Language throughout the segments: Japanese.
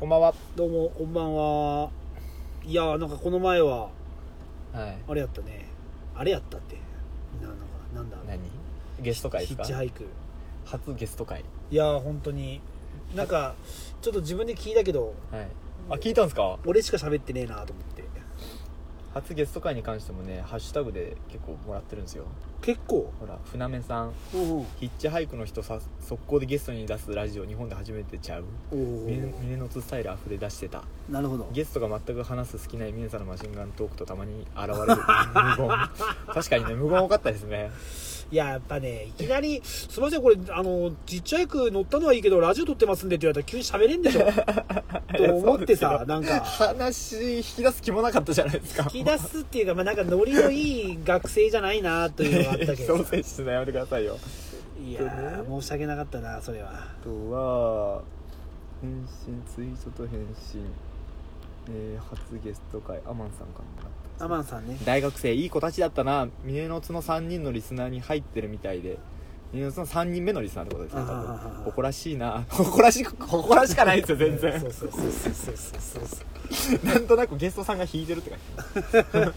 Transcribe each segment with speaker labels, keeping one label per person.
Speaker 1: こんばんは。
Speaker 2: どうもこんばんはいやーなんかこの前は
Speaker 1: はい。
Speaker 2: あれやったねあれやったってななんかなんだ
Speaker 1: 何ゲスト会で
Speaker 2: ヒ
Speaker 1: す
Speaker 2: ッ
Speaker 1: か
Speaker 2: チハイク
Speaker 1: 初ゲスト会。
Speaker 2: いやー本当になんかちょっと自分で聞いたけど
Speaker 1: はい。あ、聞いたんですか
Speaker 2: 俺しか喋ってねえなと思って
Speaker 1: 初ゲスト会に関してもね、ハッシュタグで結構もらってるんですよ。
Speaker 2: 結構
Speaker 1: ほら、船目さん、
Speaker 2: うんうん
Speaker 1: ヒッチハイクの人さ、速攻でゲストに出すラジオ、日本で初めてちゃう。
Speaker 2: おお
Speaker 1: ミネミネノツスタイル溢れ出してた。
Speaker 2: なるほど
Speaker 1: ゲストが全く話す好きないミネさんのマシンガントークとたまに現れる無言。 確かにね、無言多かったですね。
Speaker 2: いややっぱねいきなり「すみませんこれあのヒッチハイク乗ったのはいいけどラジオ撮ってますんで」って言われたら急に喋れん でしょと思ってさ
Speaker 1: いや
Speaker 2: なん
Speaker 1: そうで
Speaker 2: か
Speaker 1: すけど話引き出す気もなかったじゃないですか。
Speaker 2: 引き出すっていうか、まあ、なんかノリのいい学生じゃないなというのがあった け
Speaker 1: ソ
Speaker 2: ど
Speaker 1: ーセージするのやめてくださいよ
Speaker 2: いやー申し訳なかったなそれは
Speaker 1: あとは返信ツイートと返信えー、初ゲスト会アマンさんからもらった
Speaker 2: アマンさんね
Speaker 1: 大学生いい子たちだったな峰の津の3人のリスナーに入ってるみたいで峰の津の3人目のリスナーってことですね多
Speaker 2: あはは
Speaker 1: 分
Speaker 2: は
Speaker 1: 誇らしいな誇らしく誇らしかないですよ 全
Speaker 2: そ
Speaker 1: 然
Speaker 2: うそうそうそうそうそうそう
Speaker 1: なんとなくゲストさんが弾いてるって 感じうん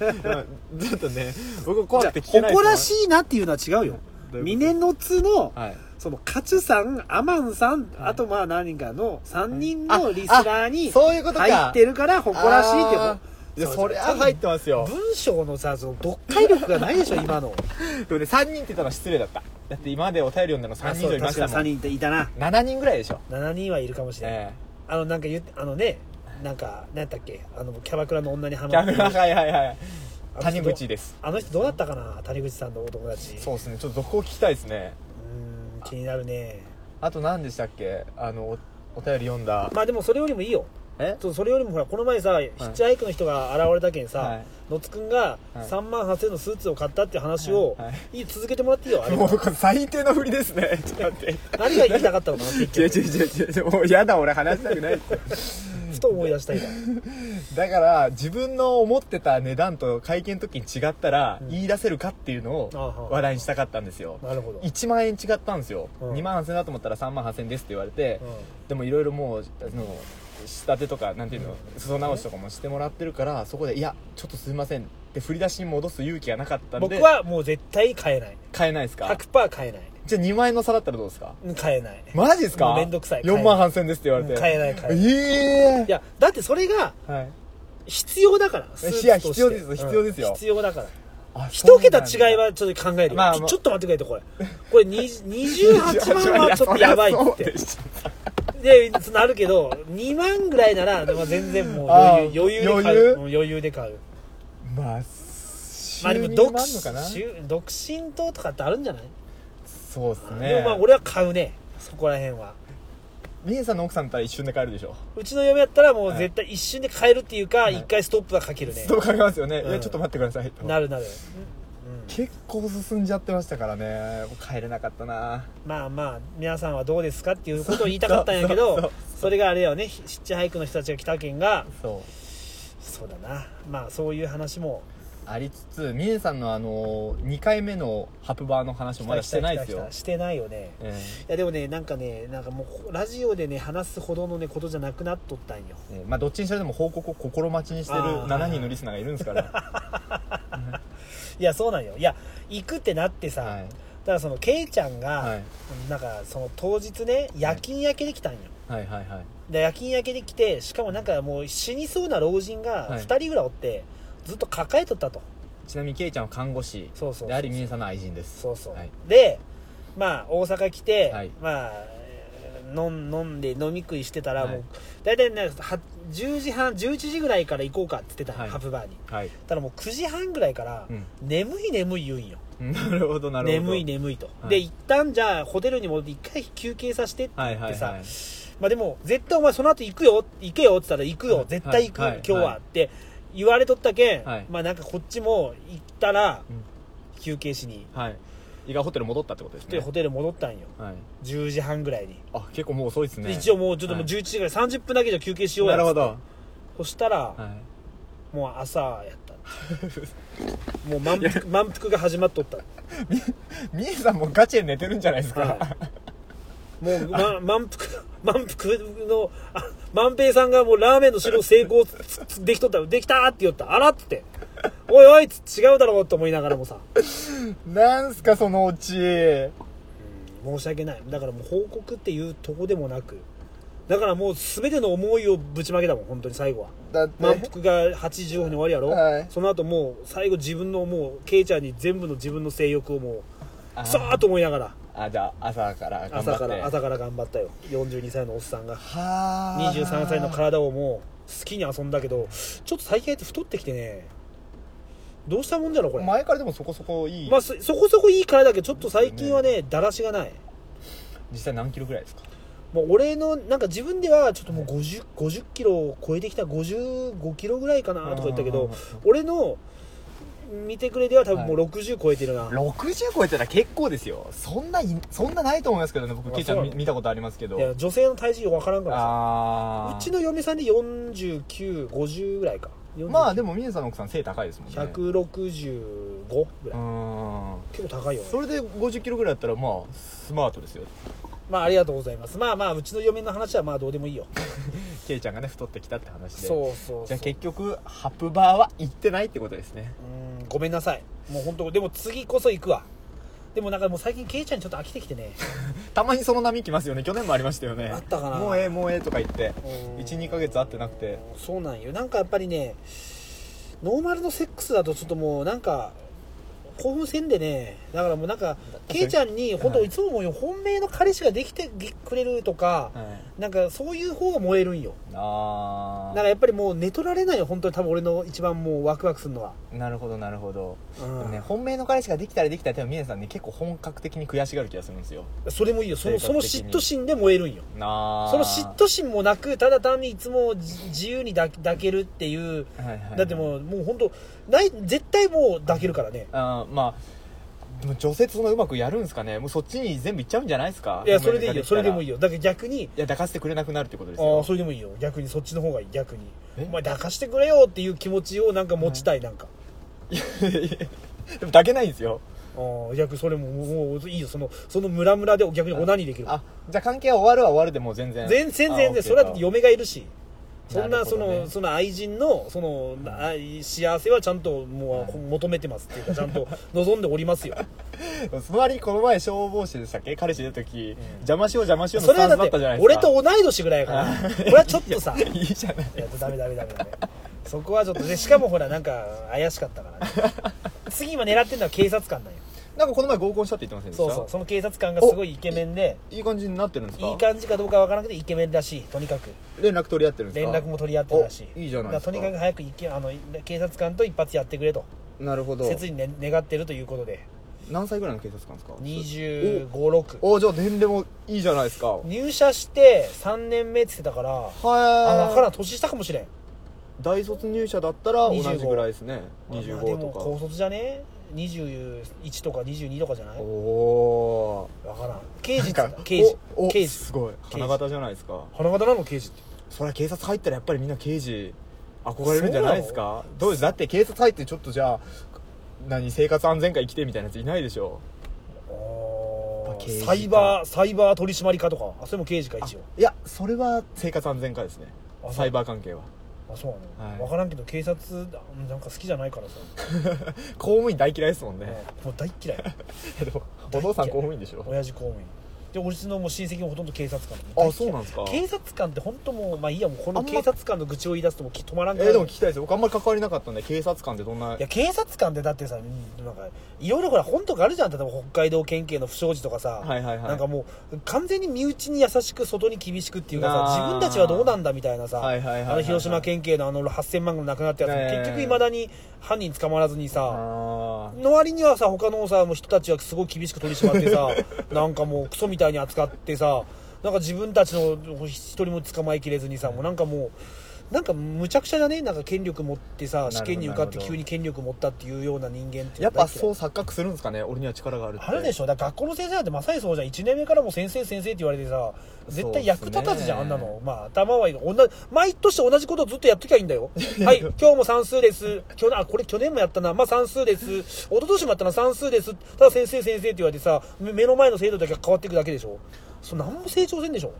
Speaker 1: ちょっとね僕怖
Speaker 2: じゃ
Speaker 1: く
Speaker 2: あ
Speaker 1: て聞けないです
Speaker 2: 誇らしいなっていうのは違うよ
Speaker 1: どういうこと
Speaker 2: 峰の津の
Speaker 1: はい
Speaker 2: そのカチュさんアマンさん
Speaker 1: はい
Speaker 2: あとまあ何人かの3人
Speaker 1: あ
Speaker 2: のリスナーに
Speaker 1: そういうことか
Speaker 2: 入ってるから誇らしいって
Speaker 1: あーいや
Speaker 2: そう
Speaker 1: そりゃ入ってますよ
Speaker 2: 文章のさその読解力がないでしょ今の
Speaker 1: でもね3人って言ったのは失礼だっただって今までお便り読んだの3人以上いました
Speaker 2: あそう確か
Speaker 1: もん
Speaker 2: に3人いたな
Speaker 1: 7人ぐらいでしょ
Speaker 2: 7人はいるかもしれない、
Speaker 1: え
Speaker 2: あのなんか言ってあのねなんか何やったっけあのキャバクラの女にハ
Speaker 1: え
Speaker 2: マ
Speaker 1: キャ
Speaker 2: って
Speaker 1: メ
Speaker 2: る
Speaker 1: ラ はいはいはい
Speaker 2: あの人
Speaker 1: 谷口です
Speaker 2: あの人どうだったかな谷口さんのお友達
Speaker 1: そうですねちょっと続報聞きたいですね
Speaker 2: うーん気になるね
Speaker 1: あと何でしたっけあのおお便り読んだ
Speaker 2: まあでもそれよりもいいよ
Speaker 1: え
Speaker 2: そうそれよりもほらこの前さ、ヒッチハイクの人が現れたけんさ、
Speaker 1: はい
Speaker 2: のつくんが
Speaker 1: はい
Speaker 2: 3万8000円のスーツを買ったっていう話を、、
Speaker 1: はいはい
Speaker 2: い続けてもらっていいよあれ
Speaker 1: もうこれ最低の振りですね ちょっと待って
Speaker 2: 何が言いたかったのかなって
Speaker 1: 違う
Speaker 2: 結
Speaker 1: 違う違う違うもう嫌だ俺話したくないって
Speaker 2: 局ふと思い出したいか ら
Speaker 1: だから自分の思ってた値段と会見の時に違ったら
Speaker 2: うん
Speaker 1: 言い出せるかっていうの
Speaker 2: あは
Speaker 1: を
Speaker 2: は
Speaker 1: 話題にしたかったんですよ
Speaker 2: なるほど、
Speaker 1: 1万円違ったんですよ、
Speaker 2: うん
Speaker 1: 2万8000円だと思ったら3万8000円ですって言われて、
Speaker 2: う
Speaker 1: でもいろいろもうあの仕立てとかなんていうの裾直しとかもしてもらってるからそこで「いやちょっとすいません」って振り出しに戻す勇気がなかった
Speaker 2: ん、
Speaker 1: ん
Speaker 2: 僕
Speaker 1: で
Speaker 2: はもう絶対買えない
Speaker 1: 買えないですか
Speaker 2: 100%買えない
Speaker 1: じゃあ2万円の差だったらどうですか
Speaker 2: うん買えない
Speaker 1: マジです
Speaker 2: も
Speaker 1: か
Speaker 2: うめんどくさい
Speaker 1: 4万8000円ですって言われて
Speaker 2: うん買えない買えない
Speaker 1: え
Speaker 2: いやだってそれが
Speaker 1: えはい
Speaker 2: 必要だからスーツとして
Speaker 1: いや必要です必要ですよ
Speaker 2: うん必要だから
Speaker 1: あ
Speaker 2: 一桁違いはちょっと考えるよ、
Speaker 1: まあまあ
Speaker 2: ちょっと待ってくれとこれこれに28万はちょっとやばいっつってでなるけど2万ぐらいなら、まあ、全然もう余裕
Speaker 1: あー
Speaker 2: 余裕で買う
Speaker 1: 余裕
Speaker 2: うん余裕で買う
Speaker 1: まあ
Speaker 2: ま
Speaker 1: ま
Speaker 2: あ
Speaker 1: あ
Speaker 2: で
Speaker 1: で
Speaker 2: も
Speaker 1: も
Speaker 2: 独
Speaker 1: ど
Speaker 2: 身
Speaker 1: のかな
Speaker 2: 独身党とかってあるんじゃない、
Speaker 1: そうです
Speaker 2: で
Speaker 1: ね
Speaker 2: もまあ俺は買うねそこら辺は
Speaker 1: ミネさんの奥さんだったら一瞬で買えるでしょ
Speaker 2: うちの嫁やったらもう
Speaker 1: はい
Speaker 2: 絶対一瞬で買えるっていうか
Speaker 1: い
Speaker 2: 一回ストップはかけるね、
Speaker 1: そう考えますよね、
Speaker 2: うん
Speaker 1: いやちょっと待ってくださいと
Speaker 2: なるなる、うん
Speaker 1: 結構進んじゃってましたからねもう帰れなかったな
Speaker 2: まあまあ皆さんはどうですかっていうことを言いたかったんやけど
Speaker 1: そう
Speaker 2: そ
Speaker 1: そう
Speaker 2: れがあれよねヒッチハイクの人たちが来た件が
Speaker 1: そう
Speaker 2: そうだなまあそういう話も
Speaker 1: ありつつミネさんのあの2回目のハプバーの話もまだしてないです
Speaker 2: 来た来た来
Speaker 1: よ
Speaker 2: たしてないよね
Speaker 1: え
Speaker 2: いやでもねなんかねなんかもうラジオでね話すほどのねことじゃなくなっとったんよ
Speaker 1: えええまあどっちにしろでも報告を心待ちにしてる
Speaker 2: あー
Speaker 1: 7人のリスナーがいるんですから、
Speaker 2: いやそうなんよいや行くってなってさ、
Speaker 1: はい
Speaker 2: だからそのケイちゃんが、
Speaker 1: はい、
Speaker 2: なんかその当日ね夜勤明けできたんよ、
Speaker 1: はいはいはい
Speaker 2: で夜勤明けできてしかもなんかもう死にそうな老人が
Speaker 1: はい
Speaker 2: 2人ぐらいおって、ずっと抱えとったと
Speaker 1: ちなみにケイちゃんは看護師
Speaker 2: そうそうそう
Speaker 1: でありミネさんの愛人です
Speaker 2: そうそう、
Speaker 1: はい
Speaker 2: でまあ大阪来て、
Speaker 1: はい
Speaker 2: まあ飲ん飲んで飲み食いしてたら
Speaker 1: はい
Speaker 2: もう、大体ねは10時半11時ぐらいから行こうかって言ってたの、
Speaker 1: はい
Speaker 2: ハプバーに
Speaker 1: はい、
Speaker 2: ただもう9時半ぐらいから、
Speaker 1: うん
Speaker 2: 眠い眠い言うんよ
Speaker 1: なるほどなるほど
Speaker 2: 眠い眠いと、
Speaker 1: はい
Speaker 2: で一旦じゃあホテルに戻って一回休憩させてって
Speaker 1: は
Speaker 2: 言
Speaker 1: い
Speaker 2: っ
Speaker 1: はい
Speaker 2: てさ、
Speaker 1: はい
Speaker 2: まあでも絶対お前その後行くよ行けよって言ったら行く
Speaker 1: は
Speaker 2: よ
Speaker 1: い
Speaker 2: 絶対行く、
Speaker 1: はいはい
Speaker 2: 今日は、って言われとったけん、
Speaker 1: はい
Speaker 2: まあなんかこっちも行ったら
Speaker 1: うん
Speaker 2: 休憩しに、
Speaker 1: はい伊賀ホテル戻ったってことです
Speaker 2: で
Speaker 1: ね
Speaker 2: ホテル戻ったんよ
Speaker 1: はい
Speaker 2: 10時半ぐらいに、
Speaker 1: あ結構もう遅いです
Speaker 2: で
Speaker 1: ね
Speaker 2: 一応もうちょっとも
Speaker 1: は
Speaker 2: う
Speaker 1: い
Speaker 2: 11時ぐらい30分だけじゃ休憩しよう
Speaker 1: な
Speaker 2: や
Speaker 1: るほ
Speaker 2: っつ
Speaker 1: ど、
Speaker 2: ってそしたら、
Speaker 1: はい
Speaker 2: もう朝やった もう満腹満腹が始まっとった
Speaker 1: みえさんもガチで寝てるんじゃないですか、
Speaker 2: はもう、ま、満腹満腹のあ万平さんがもうラーメンの汁を成功つつできとったらできたーって言ったあらっつっておいおいっつって違うだろうと思いながらもさ
Speaker 1: なんすかそのうち
Speaker 2: 申し訳ないだからもう報告っていうとこでもなくだからもう全ての思いをぶちまけたもん本当に最後は
Speaker 1: だって、
Speaker 2: 満腹が85分に終わるやろ、
Speaker 1: はい
Speaker 2: その後もう最後自分のもうケイちゃんに全部の自分の性欲をも
Speaker 1: あ
Speaker 2: うさーっと思いながら
Speaker 1: あじゃあ朝から頑張って
Speaker 2: 朝から朝から頑張ったよ42歳のおっさんが
Speaker 1: はあ
Speaker 2: 23歳の体をもう好きに遊んだけどちょっと最近あいつ太ってきてねどうしたもんじゃろこれ、
Speaker 1: 前からでもそこそこいい、
Speaker 2: まあ、そそこそこいい体だけどちょっと最近はねだらしがない
Speaker 1: 実際何キロぐらいですか
Speaker 2: もう俺のなんか自分ではちょっともう50 50キロを超えてきた55キロぐらいかなとか言ったけ
Speaker 1: うん
Speaker 2: ど
Speaker 1: うんうん
Speaker 2: 俺の見てくれでは多分もう60超えてるな、
Speaker 1: 60超えたら結構ですよそんないそんなないと思いますけどね僕
Speaker 2: あ
Speaker 1: ケイちゃん
Speaker 2: そう
Speaker 1: 見見たことありますけど
Speaker 2: いや女性の体重よく分からんからさ
Speaker 1: ああ
Speaker 2: うちの嫁さんで4950ぐらいか
Speaker 1: まあで
Speaker 2: も
Speaker 1: もミネさんの奥さん背高いですもんね
Speaker 2: 165
Speaker 1: う
Speaker 2: ぐらい、
Speaker 1: ーん
Speaker 2: 結構高いよね
Speaker 1: それで50キロぐらいだったらまあスマートですよ
Speaker 2: まあありがとうございますまあまあうちの嫁の話はまあどうでもいいよ
Speaker 1: ケイちゃんがね太ってきたって話で
Speaker 2: そうそう
Speaker 1: じ
Speaker 2: そ
Speaker 1: ゃ
Speaker 2: う
Speaker 1: あ結局ハプバーは行ってないってことですね
Speaker 2: うんごめんなさいもう本当でも次こそ行くわでもなんかもう最近ケイちゃんにちょっと飽きてきてね
Speaker 1: たまにその波来ますよね去年もありましたよね
Speaker 2: あったかな
Speaker 1: もうええもうええとか言って
Speaker 2: うん
Speaker 1: 12ヶ月会ってなくて
Speaker 2: そうなんよなんかやっぱりねノーマルのセックスだとちょっともうなんか興奮せんでねだからもうなんかケイちゃんに本当
Speaker 1: はい
Speaker 2: いつも思うよ本命の彼氏ができてくれるとか
Speaker 1: はい
Speaker 2: なんかそういう方が燃えるんよ
Speaker 1: あ
Speaker 2: だから
Speaker 1: あ
Speaker 2: やっぱりもう寝取られないよ本当に多分俺の一番もうワクワクするのは、
Speaker 1: なるほどなるほど、
Speaker 2: うん
Speaker 1: でもね本命の彼氏ができたらできたら多分ミネさんね結構本格的に悔しがる気がするんですよ
Speaker 2: それもいいよその
Speaker 1: 性
Speaker 2: その
Speaker 1: 格的に
Speaker 2: 嫉妬心で燃えるんよ
Speaker 1: なあ
Speaker 2: その嫉妬心もなくただ単にいつもじ自由に抱抱けるっていう
Speaker 1: はいはいはい
Speaker 2: だってもうもう本当ない絶対もう抱けるからね
Speaker 1: あーまあでも女性ってそんなうまくやるんですかねもうそっちに全部いっちゃうんじゃないですか
Speaker 2: いやそれでいいよそれでもい
Speaker 1: い
Speaker 2: い
Speaker 1: い
Speaker 2: よだけど逆に
Speaker 1: や抱かせてくれなくなるってことです
Speaker 2: ああ
Speaker 1: よ
Speaker 2: それでもいいよ逆にそっちの方がいい逆に
Speaker 1: え
Speaker 2: お前抱かしてくれよっていう気持ちをなんか持ちたい、なんか
Speaker 1: でも抱けないんですよ
Speaker 2: ああ逆にそれももういいよそのそのムラムラで逆にオナニーできる
Speaker 1: あじゃあ関係は終わるは終わるでもう全然
Speaker 2: 全然
Speaker 1: あ
Speaker 2: 全
Speaker 1: オッケー
Speaker 2: 然それはだって
Speaker 1: あ
Speaker 2: 嫁がいるしそん
Speaker 1: なる
Speaker 2: な
Speaker 1: ほ
Speaker 2: そ
Speaker 1: ど
Speaker 2: の
Speaker 1: ね
Speaker 2: その愛人のそのあ幸せはちゃんともう求めてますっていうかちゃんと望んでおりますよ
Speaker 1: その割にこの前消防士でしたっけ彼氏出た時、邪魔しよう邪魔しようの
Speaker 2: そ
Speaker 1: ス
Speaker 2: れは
Speaker 1: タンスだ
Speaker 2: だっ
Speaker 1: ってたじゃない です
Speaker 2: 俺
Speaker 1: か
Speaker 2: と同い年ぐらいやからこれはちょっ とさ
Speaker 1: いいじゃない
Speaker 2: いやダメダメダメダメそこはちょっとねしかもほらなんか怪しかったからね次今狙ってるのは警察官なんよ
Speaker 1: なんかこの前合コンしたって言ってませんでした
Speaker 2: そうそうその警察官がすごいイケメンで
Speaker 1: いい感じになってるんですか
Speaker 2: いい感じかどうかわからなくてイケメンらしいとにかく
Speaker 1: 連絡取り合ってるんです
Speaker 2: 連
Speaker 1: か
Speaker 2: 絡も取り合ってるらし
Speaker 1: お
Speaker 2: い
Speaker 1: いいじゃないですか
Speaker 2: だらとにかく早くイケあの警察官と一発やってくれと
Speaker 1: なるほど
Speaker 2: 切に、ね、願ってるということで
Speaker 1: 何歳ぐらいの警察官ですか
Speaker 2: 2 5 6
Speaker 1: おおじゃあ年齢もいいじゃないですかは
Speaker 2: 入社して3年目って言ってたからあ
Speaker 1: い
Speaker 2: 分からん年下かもしれん
Speaker 1: 大卒入社だったら同じ
Speaker 2: 25
Speaker 1: ぐらいですね
Speaker 2: まあで
Speaker 1: 25
Speaker 2: も高
Speaker 1: と
Speaker 2: 卒じゃね21とか22とかじゃな
Speaker 1: か
Speaker 2: い
Speaker 1: おお
Speaker 2: 分からん刑事
Speaker 1: ー
Speaker 2: って言
Speaker 1: な
Speaker 2: っ
Speaker 1: ん
Speaker 2: た
Speaker 1: か
Speaker 2: 刑事
Speaker 1: おお
Speaker 2: 刑事
Speaker 1: すごい
Speaker 2: 事
Speaker 1: 花形じゃないですか
Speaker 2: 花形なの刑事って
Speaker 1: そりゃ警察入ったらやっぱりみんな刑事憧れるんじゃないですかどうですだって警察入ってちょっとじゃあ何生活安全会来てみたいなやついないでしょ
Speaker 2: あ
Speaker 1: やっぱ刑事
Speaker 2: ー
Speaker 1: か
Speaker 2: サイバーサイバー取締り課とかあそれも刑事か一応
Speaker 1: いやそれは生活安全課ですね
Speaker 2: あそう
Speaker 1: サイバー関係は
Speaker 2: あそうなの、
Speaker 1: はい
Speaker 2: 分からんけど警察あなんか好きじゃないからさ、
Speaker 1: 公務員大嫌いですもんね、
Speaker 2: もう大っ嫌 い
Speaker 1: けどお父さん公務員でしょ
Speaker 2: 親父公務員で俺のもう親戚もほとんど警察官
Speaker 1: あそうなんですか
Speaker 2: 警察官って本当もうまあいいやもうこの
Speaker 1: あんま
Speaker 2: 警察官の愚痴を言い出すともうき止まらん
Speaker 1: え
Speaker 2: からい
Speaker 1: ーでも聞きたいです僕あんまり関わりなかったんで警察官ってどんない
Speaker 2: や警察官ってだってさうんなんかいろいろほら本とかあるじゃん例えば北海道県警の不祥事とかさ、
Speaker 1: はいはいはい
Speaker 2: なんかもう完全に身内に優しく外に厳しくっていうか
Speaker 1: なあ
Speaker 2: さ自分たちはどうなんだみたいなさ、
Speaker 1: はいはいはいはいはい
Speaker 2: あの広島県警のあの8000万がなくなったやつも、
Speaker 1: ねえ
Speaker 2: 結局いまだに犯人捕まらずにさ、
Speaker 1: あー
Speaker 2: の割にはさ他のさもう人たちはすごい厳しく取り締まっ てさなんかもうクソみたいに扱ってさなんか自分たちの一人も捕まえきれずにさもうなんかもうなんかむちゃくちゃだねなんか権力持ってさ
Speaker 1: るほど
Speaker 2: 試験に受かって
Speaker 1: なるほど
Speaker 2: 急に権力持ったっていうような人間って
Speaker 1: やっぱ
Speaker 2: う
Speaker 1: そう錯覚するんですかね俺には力があるって
Speaker 2: あるでしょだから学校の先生だってまさにそうじゃん1年目からもう先生先生って言われてさ絶対役立たずじゃん、
Speaker 1: そ
Speaker 2: あ
Speaker 1: うんっすね
Speaker 2: なのまあ頭はいいが同じ毎年同じことをずっとやっときゃいいん だよはい今日も算数です去年あこれ去年もやったなまあ算数です一昨年もやったな算数ですただ先生先生って言われてさ目目の前の生徒だけが変わっていくだけでしょそれ何も成長せんでしょ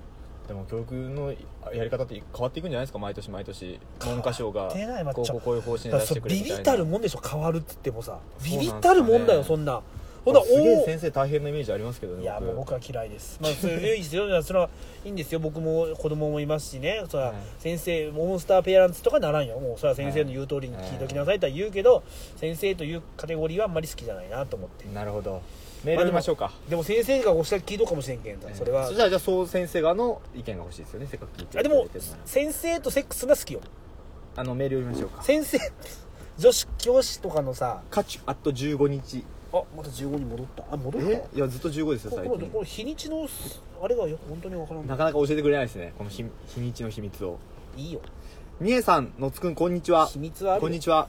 Speaker 1: でも教育のやり方って変わっていくんじゃないですか毎年毎年文科省が
Speaker 2: 変わってないまあ
Speaker 1: こう
Speaker 2: ちょ
Speaker 1: こうこういう方針出
Speaker 2: だから
Speaker 1: し
Speaker 2: そ
Speaker 1: て
Speaker 2: う
Speaker 1: くれ
Speaker 2: ビ
Speaker 1: み
Speaker 2: ビ
Speaker 1: たい
Speaker 2: た
Speaker 1: な
Speaker 2: るもんでしょ変わるっつってもさ
Speaker 1: そう
Speaker 2: ビ
Speaker 1: なんですかね
Speaker 2: ビたるもんだよそんなほんなら
Speaker 1: すげえ
Speaker 2: おー
Speaker 1: 先生大変なイメージありますけどね
Speaker 2: いやもう
Speaker 1: 僕
Speaker 2: 僕は嫌いですまあそ れいいですよそれはいいんですよ僕も子供もいますしねそら
Speaker 1: はい
Speaker 2: 先生モンスターペアランツとかならんよもうそれは先生の言う通りに聞いときなさいとは言うけど先生というカテゴリーはあんまり好きじゃないなと思って
Speaker 1: なるほどメール見ましょうか、
Speaker 2: でも先生がおっしゃる聞いとくかもしれんけんさそれは
Speaker 1: じゃあじゃあそう先生側の意見が欲しいですよねせっかく聞いて
Speaker 2: あ
Speaker 1: い
Speaker 2: で
Speaker 1: ただい
Speaker 2: も
Speaker 1: てるなら
Speaker 2: 先生とセックスが好きよ
Speaker 1: あのメール読みましょうか
Speaker 2: 先生女子教師とかのさ
Speaker 1: 「カチュあと15日
Speaker 2: あまた15に戻ったあ」戻った
Speaker 1: えいやずっと15ですよ
Speaker 2: こ
Speaker 1: 最
Speaker 2: れこ
Speaker 1: 近
Speaker 2: れ日にちのあれがよ本当にわからん
Speaker 1: なかなか教えてくれないですねこの日日にちの秘密を
Speaker 2: いいよ
Speaker 1: みえさんのつくんこんにちは
Speaker 2: 秘密はある
Speaker 1: こんにちは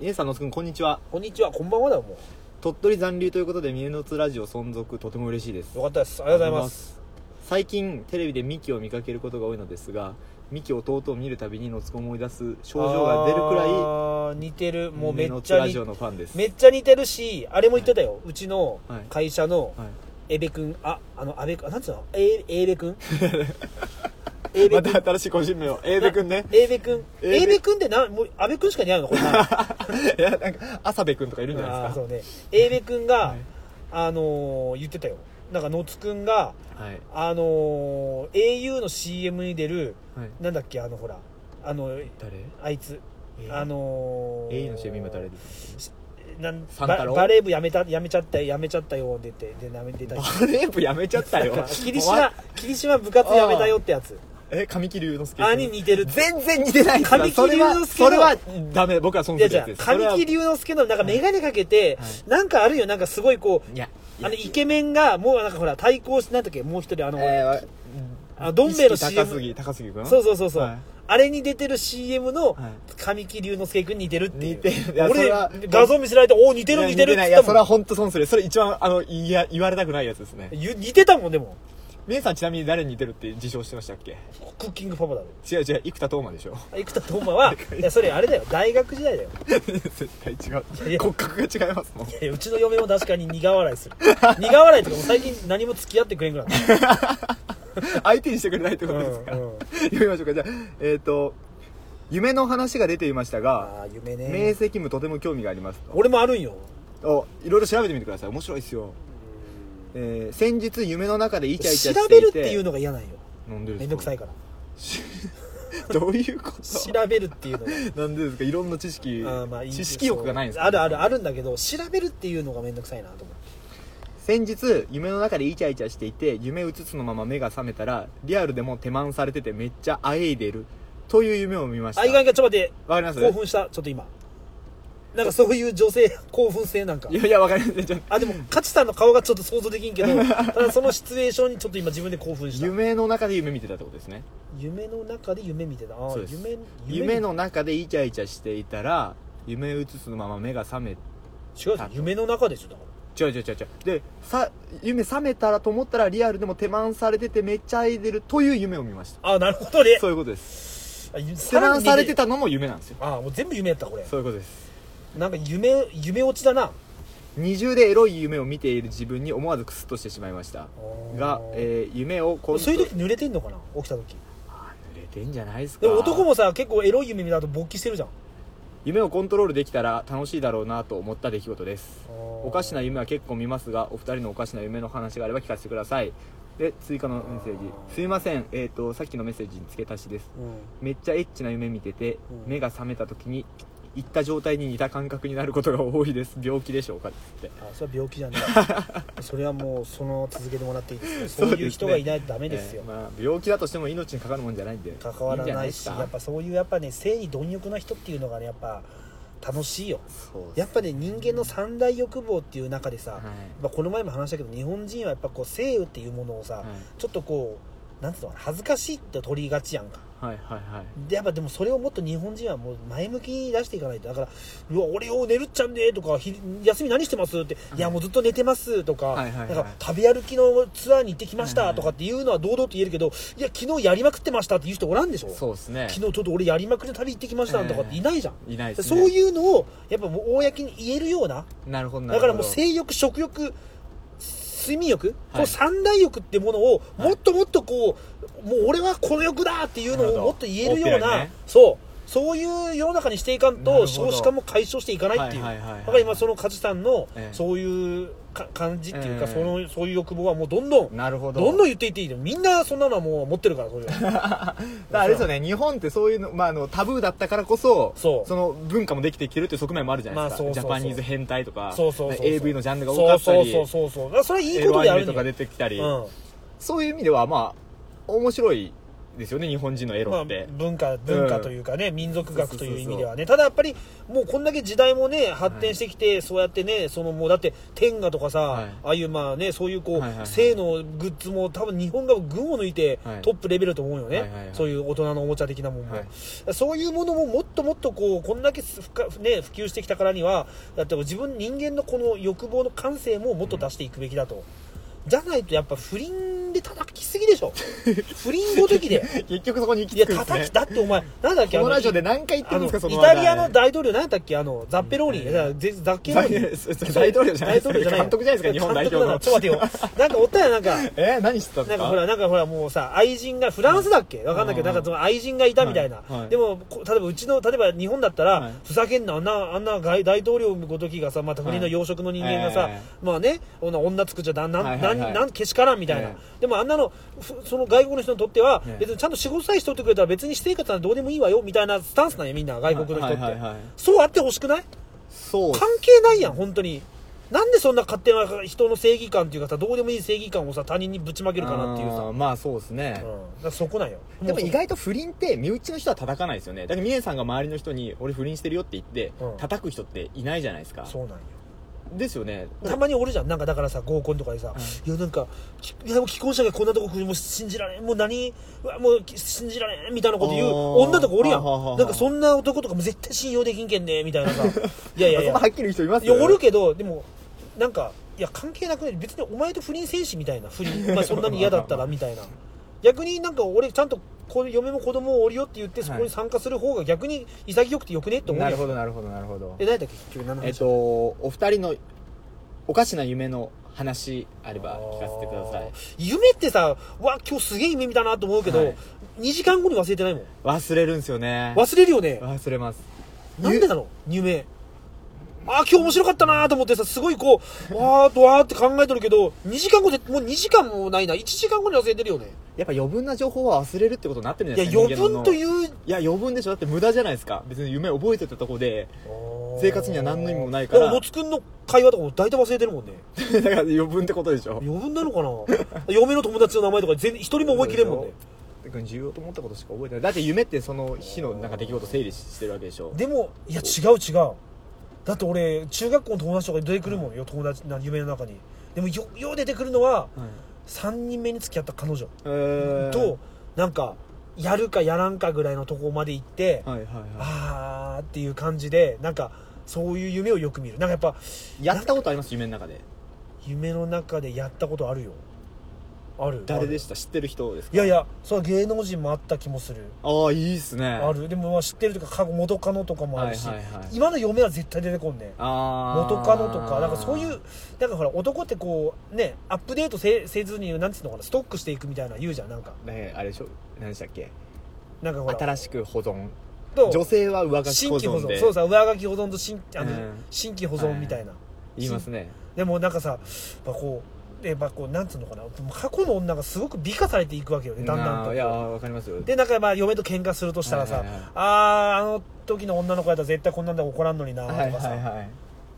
Speaker 1: みえさんのつくんこんにちは
Speaker 2: こんにちはこんばんはだよも
Speaker 1: 鳥取残留ということで三重の津ラジオ存続とても嬉しいです
Speaker 2: うよかったですあ
Speaker 1: あ
Speaker 2: りがとうございます
Speaker 1: 最近テレビでミキを見かけることが多いのですがミキをとうとう見るたびにのつくを思い出す症状が出るくらい
Speaker 2: らい似てるもうめ
Speaker 1: 三
Speaker 2: っ
Speaker 1: 重の
Speaker 2: ち
Speaker 1: 津
Speaker 2: ゃ
Speaker 1: ラ
Speaker 2: に
Speaker 1: ジオのファンです
Speaker 2: めっちゃ似てるしあれも言ってたよ、うちの
Speaker 1: はい
Speaker 2: 会社の
Speaker 1: はい
Speaker 2: エベ君ああの安倍君あなんつうのエーベ君エーベ
Speaker 1: ま
Speaker 2: 君
Speaker 1: た新しい個人名をエーベ君 ね
Speaker 2: エーベ君
Speaker 1: エーベ
Speaker 2: エーベ君ってなもう安倍君しか似合うのこれ
Speaker 1: いやなんか朝部君とかいるんじゃない
Speaker 2: あ
Speaker 1: で
Speaker 2: ー
Speaker 1: すか
Speaker 2: そうねエーベ君が、
Speaker 1: はい
Speaker 2: あのー言ってたよなんか野津君が
Speaker 1: はい
Speaker 2: あのー au の CM に出る
Speaker 1: はい
Speaker 2: なんだっけあのほらあの
Speaker 1: 誰
Speaker 2: あいつ
Speaker 1: えー
Speaker 2: あのー、
Speaker 1: AE の CM 今誰です
Speaker 2: なん
Speaker 1: 三
Speaker 2: バ
Speaker 1: 太郎
Speaker 2: バレー部やめたやめちゃったやめちゃったよ出てでなめ出た
Speaker 1: バレー部やめちゃったよ
Speaker 2: 霧島霧島部活やめたよってやつ
Speaker 1: え神木隆之介君
Speaker 2: あに似てる
Speaker 1: 全然似てないです
Speaker 2: 神木
Speaker 1: それは
Speaker 2: 隆之介
Speaker 1: そ
Speaker 2: の
Speaker 1: れはダメ僕は損
Speaker 2: い
Speaker 1: す
Speaker 2: や
Speaker 1: る
Speaker 2: じ
Speaker 1: や
Speaker 2: ゃ
Speaker 1: つです
Speaker 2: 神
Speaker 1: そ
Speaker 2: 木
Speaker 1: れは
Speaker 2: 隆之介のなんか眼鏡かけて、
Speaker 1: はい
Speaker 2: なんかあるよなんかすごいこ
Speaker 1: いやいうや
Speaker 2: あのイケメンがもうなんかほら対抗してなんだっけもう一人あの、
Speaker 1: えーわ
Speaker 2: あどん兵衛の
Speaker 1: 意識
Speaker 2: CM
Speaker 1: 高杉高杉君
Speaker 2: そうそうそうそう、
Speaker 1: はい
Speaker 2: あれに出てる CM
Speaker 1: は
Speaker 2: の
Speaker 1: い
Speaker 2: 神木隆之介君に似てるっていう
Speaker 1: 似てるいやそ
Speaker 2: 俺
Speaker 1: れは
Speaker 2: 画像見せられておお似て
Speaker 1: い
Speaker 2: る
Speaker 1: や
Speaker 2: 似てるっ
Speaker 1: ないい
Speaker 2: て言
Speaker 1: や
Speaker 2: っ
Speaker 1: そ
Speaker 2: たも
Speaker 1: れ
Speaker 2: ん
Speaker 1: は本当損するそれ一番あのいや言われたくないやつですね
Speaker 2: ゆ似てたもんでも
Speaker 1: 皆さんちなみに誰に似てるって自称してましたっけ
Speaker 2: クッキングパパだろ
Speaker 1: 違う違う生田斗真でしょ
Speaker 2: 生田斗真 はいやそれあれだよ大学時代だよ
Speaker 1: 絶対
Speaker 2: やい
Speaker 1: 違う
Speaker 2: や
Speaker 1: 骨格が違いますもん
Speaker 2: いやうちの嫁も確かに苦笑いする苦笑いとかもう最近何も付き合ってくれんぐらい
Speaker 1: 相手にしてくれないってことですか、
Speaker 2: うんうん
Speaker 1: 読みましょうかじゃあえっ、と夢の話が出ていましたが
Speaker 2: ああ夢
Speaker 1: 明
Speaker 2: ね
Speaker 1: 晰夢とても興味がありますと
Speaker 2: 俺もあるんよ
Speaker 1: おいろいろ調べてみてください面白いですよ、えー先日夢の中でイチャイチャ
Speaker 2: 調
Speaker 1: して
Speaker 2: べ
Speaker 1: いて
Speaker 2: るっていうのが嫌なんよ
Speaker 1: なんでですか
Speaker 2: めんどくさいから
Speaker 1: どういうこと
Speaker 2: 調べるって いうのが
Speaker 1: なんでですかいろんな知識、
Speaker 2: あーまあいいんです
Speaker 1: 知識欲がないんですか
Speaker 2: あるあるあるんだけど調べるっていうのがめんどくさいなと思って
Speaker 1: 先日夢の中でイチャイチャしていて夢うつつのまま目が覚めたらリアルでも手満されててめっちゃあえいでるという夢を見ました
Speaker 2: あ意外がちょっと待
Speaker 1: わかりま
Speaker 2: っ
Speaker 1: す
Speaker 2: て興奮したちょっと今なんかそういう女性興奮性なんか
Speaker 1: いやいやわかりませんちょっと
Speaker 2: あでも勝さんの顔がちょっと想像できんけどただそのシチュエーションにちょっと今自分で興奮した
Speaker 1: 夢の中で夢見てたってことですね
Speaker 2: 夢の中で夢見てたあ
Speaker 1: そう
Speaker 2: ー
Speaker 1: です
Speaker 2: 夢
Speaker 1: 夢の中でイチャイチャしていたら夢うつつのまま目が覚め
Speaker 2: 違うよ夢の中でしょだから
Speaker 1: 違う違う違う違うでさ夢覚めたらと思ったらリアルでも手満されててめっちゃあえいでるという夢を見ました
Speaker 2: あなるほどね
Speaker 1: そういうことです
Speaker 2: あゆ
Speaker 1: 手
Speaker 2: さら
Speaker 1: 満
Speaker 2: に
Speaker 1: されてたのも夢なんですよ
Speaker 2: あもう全部夢やったこれ
Speaker 1: そういうことです
Speaker 2: なんか夢夢落ちだな
Speaker 1: 二重でエロい夢を見ている自分に思わずクスッとしてしまいましたが、えー夢をコント
Speaker 2: そういう時濡れてんのかな起きた時
Speaker 1: あー濡れてんじゃないですか
Speaker 2: でも男もさ結構エロい夢見た後勃起してるじゃん
Speaker 1: 夢をコントロールできたら楽しいだろうなと思った出来事ですお
Speaker 2: お
Speaker 1: かしな
Speaker 2: 夢
Speaker 1: 夢は結構見ますがお二人のおかしな夢の話があれば聞かせてくださいで追加のメッセージすいませんえっ、とさっきのメッセージに付け足しですめっちゃエッチな夢見てて
Speaker 2: うん
Speaker 1: 目が覚めた時に行った状態に似た感覚になることが多いです病気でしょうかって
Speaker 2: あそれは病気じゃな いそれはもうそのまま続けてもらっていいです
Speaker 1: そ
Speaker 2: よ
Speaker 1: うで
Speaker 2: そ
Speaker 1: すね
Speaker 2: ういう人がいないとダメですよ、
Speaker 1: えーまあ、病気だとしても命にかかるもんじゃないんで
Speaker 2: 関わらないし
Speaker 1: いんじゃ
Speaker 2: や
Speaker 1: な
Speaker 2: っ
Speaker 1: いで
Speaker 2: ぱそういうやっぱね性に貪欲な人っていうのがねやっぱ楽しいよ
Speaker 1: すかそうです
Speaker 2: やっぱね人間の三大欲望っていう中でさ、
Speaker 1: はい
Speaker 2: まあ、この前も話したけど日本人はやっぱこう性っていうものをさ、
Speaker 1: はい
Speaker 2: ちょっとこうなんつうのかな恥ずかしいって取りがちやんか
Speaker 1: はいはいはい
Speaker 2: でやっぱでもそれをもっと日本人はもう前向きに出していかないとだから「うわ俺を寝るっちゃんで」とかひ「休み何してます?」って「いやもうずっと寝てます」とか「
Speaker 1: はいはいはい
Speaker 2: なんか食べ歩きのツアーに行ってきま
Speaker 1: は
Speaker 2: し
Speaker 1: い
Speaker 2: た」
Speaker 1: はい
Speaker 2: とかっていうのは堂々と言えるけど「いや昨日やりまくってました」っていう人おらんでしょ
Speaker 1: そうですね
Speaker 2: 昨日ちょっと俺やりまくりの旅行ってきましたとかっていないじゃん、
Speaker 1: いないです
Speaker 2: そ
Speaker 1: ね
Speaker 2: ういうのをやっぱもう公に言えるような
Speaker 1: なるほどな
Speaker 2: だ
Speaker 1: る
Speaker 2: か
Speaker 1: ほど
Speaker 2: らもう性欲食欲睡眠欲、
Speaker 1: い
Speaker 2: この三大欲ってものをもっともっとこう、もう俺はこの欲だっていう
Speaker 1: な
Speaker 2: の
Speaker 1: る
Speaker 2: を
Speaker 1: ほど
Speaker 2: もっと言えるよう
Speaker 1: オープン
Speaker 2: な、
Speaker 1: にね
Speaker 2: そうそういう世の中にしていかん
Speaker 1: なる
Speaker 2: と
Speaker 1: ほど
Speaker 2: 少子化も解消していかないっていう、
Speaker 1: はいはいはいはい
Speaker 2: だから今その梶さんの
Speaker 1: ええ
Speaker 2: そういうか感じっていうか、
Speaker 1: ええ
Speaker 2: そのそういう欲望はもうどんどん
Speaker 1: なるほど
Speaker 2: どんどん言っていっていいよみんなそんなのはもう持ってるか らそれは
Speaker 1: だからあれですよね日本ってそういうの、まあ、あのタブーだったからこそ
Speaker 2: そう
Speaker 1: の文化もできてきてるっていう側面もあるじゃないですか、
Speaker 2: まあそうそうそう
Speaker 1: ジャパニーズ変態とか
Speaker 2: そうそうそうそう
Speaker 1: AV のジャンルが多かったり
Speaker 2: そうそうそうそうだからそれはいい
Speaker 1: エ
Speaker 2: こと
Speaker 1: ロ
Speaker 2: で
Speaker 1: ア
Speaker 2: あ
Speaker 1: ニ
Speaker 2: る
Speaker 1: メ
Speaker 2: んだ
Speaker 1: とか
Speaker 2: よ
Speaker 1: 出てきたり、
Speaker 2: うん
Speaker 1: そういう意味ではまあ面白いですよね日本人のエ
Speaker 2: ま
Speaker 1: ロ
Speaker 2: あ、
Speaker 1: って、
Speaker 2: 文化文化というかね、民族学という意味ではねただやっぱりもうこんだけ時代もね発展してきて、そうやってねそのもうだって天下とかさ、
Speaker 1: はい
Speaker 2: ああいうまあねそういうこう、
Speaker 1: はいはいはい
Speaker 2: 性のグッズも多分日本が群を抜いて、
Speaker 1: はい
Speaker 2: トップレベルだと思うよね、
Speaker 1: はいはいはい
Speaker 2: そういう大人のおもちゃ的なもんも、
Speaker 1: はい
Speaker 2: そういうものももっともっとこうこんだけふか、ね、普及してきたからにはだって自分人間のこの欲望の感性ももっと出していくべきだと。じゃないとやっぱ不倫で叩きすぎでしょ 不倫ごときで
Speaker 1: 結局そこに行き
Speaker 2: いや、
Speaker 1: 着くんですね
Speaker 2: 叩き、だってお前、なんだっけ、
Speaker 1: このラジオで
Speaker 2: イ
Speaker 1: 何回言ってるんですかその
Speaker 2: イ
Speaker 1: 話
Speaker 2: タ
Speaker 1: 題
Speaker 2: リアの大統領、なんやったっけ、あの、ザッペローニ、
Speaker 1: うん
Speaker 2: いやぜザッケロ
Speaker 1: 大
Speaker 2: ーニ。
Speaker 1: 大統領じゃないです
Speaker 2: 大統領じゃない
Speaker 1: 監督じゃないですか日本代表の
Speaker 2: 監督なのちょっと待ってよ。なんかおったやん、なんか。
Speaker 1: えー何してたんです
Speaker 2: なん
Speaker 1: か
Speaker 2: かほら、なんかほら、もうさ、愛人が、フランスだっけわかんないけど、
Speaker 1: うん
Speaker 2: なんかその愛人がいたみたいな
Speaker 1: はいは。い
Speaker 2: でも、こ例えばうちの、例えば日本だった
Speaker 1: は
Speaker 2: ら
Speaker 1: い、
Speaker 2: ふざけんな、あんな、あんな外大統領ごときがさ、また国の養殖の人間がさ
Speaker 1: はいえ、
Speaker 2: まあね、女女作っちゃだ、なん、
Speaker 1: は
Speaker 2: ないん、
Speaker 1: はいはい
Speaker 2: なん、けしからんみたいな
Speaker 1: え。
Speaker 2: でもあんなの、ふその外国の人にとっては
Speaker 1: ええ、
Speaker 2: 別にちゃんと仕事さえしとってくれたら別に私生活はどうでもいいわよ、みたいなスタンスなんや、みんな、外国の人
Speaker 1: は
Speaker 2: っ
Speaker 1: いはいはいはい
Speaker 2: て。そうあってほしくない
Speaker 1: そう
Speaker 2: 関係ないやん本当になんでそんな勝手な人の正義感っていうかさどうでもいい正義感をさ他人にぶちまけるかなっていうさ、
Speaker 1: あ
Speaker 2: う
Speaker 1: ー
Speaker 2: ん、
Speaker 1: まあそうですね、
Speaker 2: だからそこなんよ
Speaker 1: でも意
Speaker 2: う
Speaker 1: 外と不倫って身内の人は叩かないですよねだから峰さんが周りの人に俺不倫してるよって言って、
Speaker 2: うん
Speaker 1: 叩く人っていないじゃないですか
Speaker 2: そそうなんよ
Speaker 1: ですよね
Speaker 2: たまにおるじゃんなんかだからさ合コンとかでさ、いやなんかきいやもう既婚者がこんなとこ来るもう信じられんもう何うわもうき信じられんみたいなこと言う
Speaker 1: あー
Speaker 2: 女とかおるやん
Speaker 1: はあはあはあ
Speaker 2: なんかそんな男とかも絶対信用できんけんねみたいなさいやいやい
Speaker 1: あそんな
Speaker 2: や
Speaker 1: はっきり言う人います
Speaker 2: いや
Speaker 1: よ
Speaker 2: おるけどでもなんかいや関係なくね別にお前と不倫戦士みたいな不倫、 まあ、そんなに嫌だったらみたいな逆になんか俺ちゃんとこう嫁も子供もおるよって言ってそこに参加する方が逆に潔くてよくねって思う
Speaker 1: なる
Speaker 2: やん
Speaker 1: ほどなるほどなるほど
Speaker 2: え何だっけ結局何の話
Speaker 1: えっとお二人のおかしな夢の話あれば聞かせてください
Speaker 2: 夢ってさわ今日すげえ夢見たなと思うけど、
Speaker 1: はい
Speaker 2: 2時間後に忘れてないもん
Speaker 1: 忘れるんですよね
Speaker 2: 忘れるよね
Speaker 1: 忘れます
Speaker 2: なんでなの夢あー今日面白かったなーと思ってさすごいこうわーっとわーって考えてるけど2時間後でもう2時間もないな1時間後に忘れてるよね
Speaker 1: やっぱ余分な情報は忘れるってことになってるん
Speaker 2: い
Speaker 1: じ
Speaker 2: や
Speaker 1: ゃないですか
Speaker 2: 余分と
Speaker 1: う
Speaker 2: いう
Speaker 1: いや余分でしょだって無駄じゃないですか別に夢覚えてたとこで 生活には何の意味もないから
Speaker 2: でも野津君の会話とかも大体忘れてるもんね
Speaker 1: だから余分ってことでしょ
Speaker 2: 余分なの かな嫁の友達の名前とか全一人も覚えきれんもんね
Speaker 1: だから重要と思ったことしか覚えてないだって夢ってその日のなんか出来事整理してるわけでしょ
Speaker 2: でもいや違う違うだって俺中学校の友達とかに出てくるもんよ友達な夢の中にでもよよう出てくるのは
Speaker 1: はい
Speaker 2: 3人目に付き合った彼女
Speaker 1: えー
Speaker 2: となんかやるかやらんかぐらいのとこまで行って、
Speaker 1: はいはいは
Speaker 2: あーっていう感じでなんかそういう夢をよく見るなんかやっぱ
Speaker 1: いやったことあります夢の中で
Speaker 2: 夢の中でやったことあるよある
Speaker 1: 誰で
Speaker 2: し
Speaker 1: した知ってる人ですか
Speaker 2: いやいやそれは芸能人もあった気もする、
Speaker 1: ああいいっすね
Speaker 2: あるでもまあ知ってるとか過去元カノとかもあるし、
Speaker 1: はいはいはい
Speaker 2: 今の嫁は絶対出てこんね
Speaker 1: ああ
Speaker 2: 元カノとかなんかそういううなんかほら男ってこうねアップデートせせずになんつうのかなストックしていくみたいなの言うじゃんなんか
Speaker 1: ねあれでしょ何でしたっけ
Speaker 2: なんかほら
Speaker 1: 新しく保存
Speaker 2: と
Speaker 1: 女性は上書き
Speaker 2: 新
Speaker 1: 保
Speaker 2: 規保
Speaker 1: 存
Speaker 2: 存
Speaker 1: で
Speaker 2: そうさ上書き保存と新あの、
Speaker 1: うん
Speaker 2: 新規保存みたいな、
Speaker 1: 言いますね
Speaker 2: でもなんかさやっぱこうやっぱこうなんつうのかな過去の女がすごく美化されていくわけよねだんだんと
Speaker 1: なあいやわかりますよ
Speaker 2: でなんかまあ嫁と喧嘩するとしたらさ、
Speaker 1: はいはいはい
Speaker 2: あああの時の女の子やったら絶対こんなんで怒らんのになとか
Speaker 1: はい
Speaker 2: さ、
Speaker 1: はいはい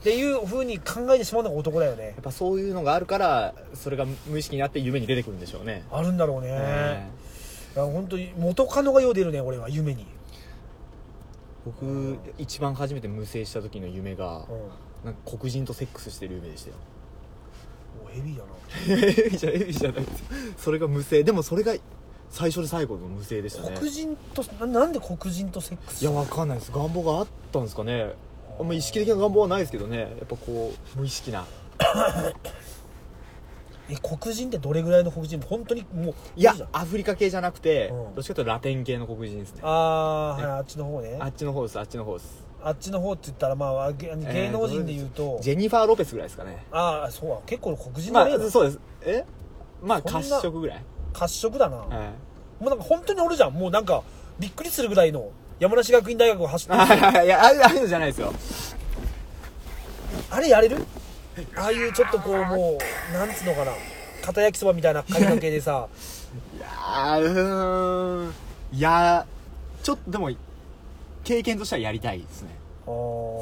Speaker 2: っていうふうに考えてしまうのが男だよね
Speaker 1: やっぱそういうのがあるからそれが無意識になって夢に出てくるんでしょうね
Speaker 2: あるんだろうね、
Speaker 1: ええ
Speaker 2: いや本当に元カノがよう出るね俺は夢に、
Speaker 1: 僕一番初めて無精した時の夢が
Speaker 2: うん、も
Speaker 1: なんか黒人とセックスしてる夢でしたよ
Speaker 2: うヘビーだな
Speaker 1: エビ じゃエビじゃないですそれが無精でもそれが最初で最後の無精でしたね
Speaker 2: 黒人とななんで黒人とセックス
Speaker 1: いやわかんないです願望があったんですかねあんま意識的な願望はないですけどねやっぱこう無意識な
Speaker 2: え黒人ってどれぐらいの黒人本当にもう
Speaker 1: いや
Speaker 2: るじゃん
Speaker 1: アフリカ系じゃなくて、
Speaker 2: うん
Speaker 1: どっちかというとラテン系の黒人ですねあ
Speaker 2: あー、はい、あっちの方ね
Speaker 1: っちの方ですあっちの方です
Speaker 2: あっちの方って言ったらまあ芸芸能人で言うと、
Speaker 1: ジェニファー・ロペスぐらいですかね
Speaker 2: ああそう結構黒人
Speaker 1: ま
Speaker 2: だね、
Speaker 1: あそうですえまあ
Speaker 2: そんな
Speaker 1: 褐色ぐらい、
Speaker 2: 褐色だな、
Speaker 1: はい
Speaker 2: もうなんか本当におるじゃんもうなんかびっくりするぐらいの山梨学院大学を走ってる
Speaker 1: あいや いやああいうのじゃないですよ
Speaker 2: あれやれるああいうちょっとこうもうなんつうのかな片焼きそばみたいな感じ系 でさ
Speaker 1: あーうーんいやちょっとでも経験としてはやりたいですね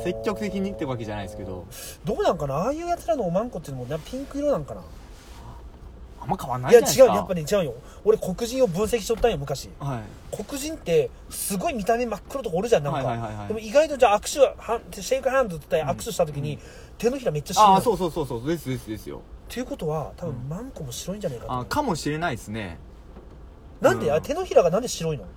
Speaker 1: 積極的にってわけじゃないですけど
Speaker 2: どうなんかなああいうやつらのおまんこっていうのもなピンク色なんかな
Speaker 1: あんま変わんない
Speaker 2: い
Speaker 1: じ
Speaker 2: や
Speaker 1: ゃないです
Speaker 2: 違
Speaker 1: か
Speaker 2: うやっぱね違うよ俺黒人を分析しとったんよ昔
Speaker 1: はい
Speaker 2: 黒人ってすごい見た目真っ黒とかおるじゃんなんか、
Speaker 1: はいはいはいはい
Speaker 2: でも意外とじゃあ握手はシェイクハンドって握手した時に、手のひらめっちゃ白い
Speaker 1: あ
Speaker 2: の
Speaker 1: あそうそうそうそうですですですよ
Speaker 2: っていうことは多分マンコも白いんじゃないかと
Speaker 1: あ
Speaker 2: 思
Speaker 1: ー
Speaker 2: う、
Speaker 1: かもしれないですね
Speaker 2: なんで、
Speaker 1: うん
Speaker 2: あ手のひらがなんで白いの
Speaker 1: わ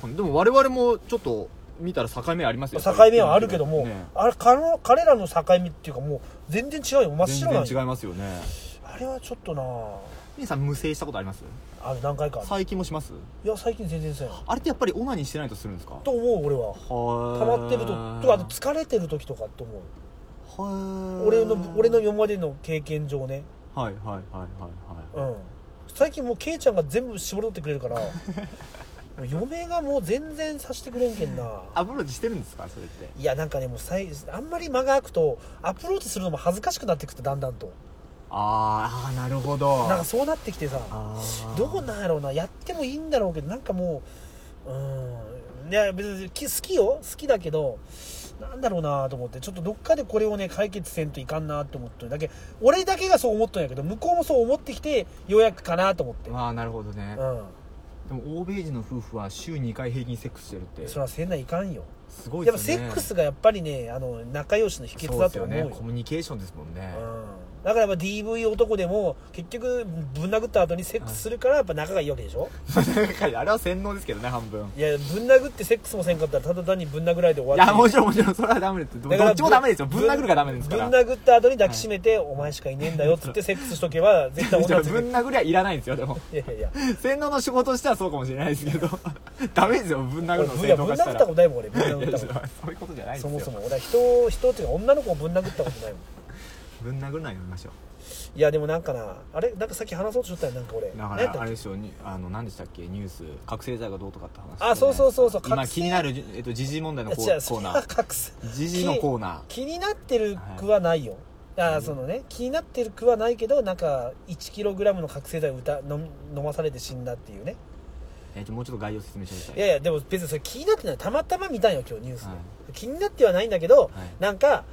Speaker 1: かんないでも我々もちょっと見たら境目ありますよ
Speaker 2: 境目はあるけども、
Speaker 1: ね
Speaker 2: あれかの彼らの境目っていうかもう全然違うよ真っ白
Speaker 1: 全
Speaker 2: なん
Speaker 1: 然違
Speaker 2: よ
Speaker 1: いますよね
Speaker 2: あれはちょっとな
Speaker 1: 皆さん無声したことあります
Speaker 2: ある何回かある
Speaker 1: 最近もします
Speaker 2: いや最近全然せん
Speaker 1: あれってやっぱりオナニーしてないとするんですか
Speaker 2: と思う俺は溜
Speaker 1: 溜
Speaker 2: まってるととあと疲れてる時とかと思う俺
Speaker 1: 俺
Speaker 2: の俺の今までの経験上ね
Speaker 1: はいはいはいはいうはい、
Speaker 2: ん最近もうケイちゃんが全部絞り取ってくれるから嫁がもう全然さしてくれんけんな
Speaker 1: アプローチしてるんですかそれって
Speaker 2: いやなんかねもうさいあんまり間が空くとアプローチするのも恥ずかしくなってくってだんだんと
Speaker 1: あーあーなるほど
Speaker 2: なんかそうなってきてさ
Speaker 1: あー
Speaker 2: どうなんやろうなやってもいいんだろうけどなんかもううんいや別にき好きよ好きだけどなんだろうなと思ってちょっとどっかでこれをね解決せんといかんなと思ってるだけ俺だけがそう思っとんやけど向こうもそう思ってきてようやくかなと思って、
Speaker 1: あーなるほどね、
Speaker 2: う
Speaker 1: でも欧米人の夫婦は週2回平均セックスしてるって
Speaker 2: ん、それはせんないかんよ
Speaker 1: すごい
Speaker 2: やっ
Speaker 1: で
Speaker 2: ぱ
Speaker 1: すね
Speaker 2: セックスがやっぱりねあの仲良しの秘訣だと
Speaker 1: そ
Speaker 2: 思う
Speaker 1: うです
Speaker 2: よ
Speaker 1: よねコミュニケーションですもんね、
Speaker 2: うんだからやっぱ DV 男でも結局ぶん殴った後にセックスするからやっぱ仲がいいわけでしょ
Speaker 1: あれは洗脳ですけどね半分
Speaker 2: いやぶん殴ってセックスもせんかったらただ単にぶん殴られて終わ
Speaker 1: い
Speaker 2: っ
Speaker 1: や
Speaker 2: て
Speaker 1: もちろんもちろんそれはダメですど
Speaker 2: だから
Speaker 1: っちもダメですよぶん殴るがダメですから
Speaker 2: ぶん殴った後に抱きしめて、お前しかいねえんだよっつってセックスしとけば絶対
Speaker 1: じゃ
Speaker 2: 女
Speaker 1: あ
Speaker 2: つい
Speaker 1: ぶ
Speaker 2: てくる
Speaker 1: ん殴りはいらないんですよでも
Speaker 2: いやいやいや
Speaker 1: 洗脳の仕事としてはそうかもしれないですけど ダメですよぶん殴
Speaker 2: 俺
Speaker 1: るの
Speaker 2: ぶ
Speaker 1: 洗脳化
Speaker 2: ん殴っ
Speaker 1: したたら
Speaker 2: ことないもん俺ぶん
Speaker 1: いや
Speaker 2: 殴
Speaker 1: い
Speaker 2: っ
Speaker 1: や
Speaker 2: た
Speaker 1: そう
Speaker 2: ことない
Speaker 1: いうことじゃないです
Speaker 2: そ
Speaker 1: よ
Speaker 2: もそも俺は人を人っていうか女の子をぶん殴ったことないもん
Speaker 1: ぶん殴るのはやめましょう
Speaker 2: いやでもなんかなあれなんかさっき話そうとしとったやんなんか俺
Speaker 1: だか
Speaker 2: 何やっ
Speaker 1: ら
Speaker 2: た
Speaker 1: あ
Speaker 2: っ
Speaker 1: れで
Speaker 2: け
Speaker 1: しょにあの何でしたっけニュース覚醒剤がどうとかって話
Speaker 2: あそうそうそうそう
Speaker 1: 今
Speaker 2: 覚醒
Speaker 1: 気になるじえっと時事問題のコ
Speaker 2: 違う
Speaker 1: ー
Speaker 2: そ
Speaker 1: コー
Speaker 2: れ
Speaker 1: ナ
Speaker 2: は
Speaker 1: ー
Speaker 2: 隠す
Speaker 1: 時事のコーナ
Speaker 2: 気になってる句はないよ、あーそのね気になってる句はないけどなんか 1kg の覚醒剤を歌飲み飲まされて死んだっていうね
Speaker 1: ーえっともうちょっと概要説明してくださ
Speaker 2: い
Speaker 1: い
Speaker 2: やいやでも別にそれ気になってないたまたま見たんよ今日ニュースで、
Speaker 1: はい
Speaker 2: 気になってはないんだけど、
Speaker 1: い
Speaker 2: なんか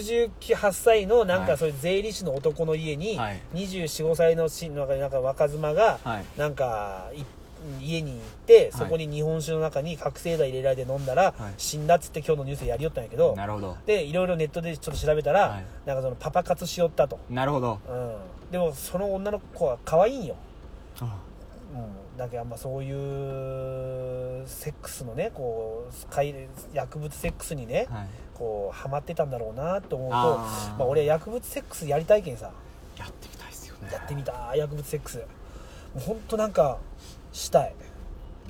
Speaker 2: 68歳のなん
Speaker 1: は
Speaker 2: か
Speaker 1: い
Speaker 2: そういう税理士の男の家に
Speaker 1: はい
Speaker 2: 245歳のしなんかなんか若妻が
Speaker 1: はい
Speaker 2: なんかい家に行って
Speaker 1: い
Speaker 2: そこに日本酒の中に覚醒剤入れられて飲んだ
Speaker 1: は
Speaker 2: ら
Speaker 1: い
Speaker 2: 死んだっつって今日のニュースでやりよったんやけど
Speaker 1: なるほど
Speaker 2: でいろいろネットでちょっと調べたら、
Speaker 1: はい
Speaker 2: なんかそのパパ活しよったと、
Speaker 1: なるほど
Speaker 2: うん、でもその女の子は可愛いんよ、
Speaker 1: あ
Speaker 2: うん、だけどあんまそういうセックスのねこう快薬物セックスにね
Speaker 1: はい
Speaker 2: こうハマってたんだろうなと思うと
Speaker 1: あー
Speaker 2: まあ、俺薬物セックスやりたいけんさ
Speaker 1: やってみたいですよね
Speaker 2: やってみたい薬物セックスもうほんとなんかしたい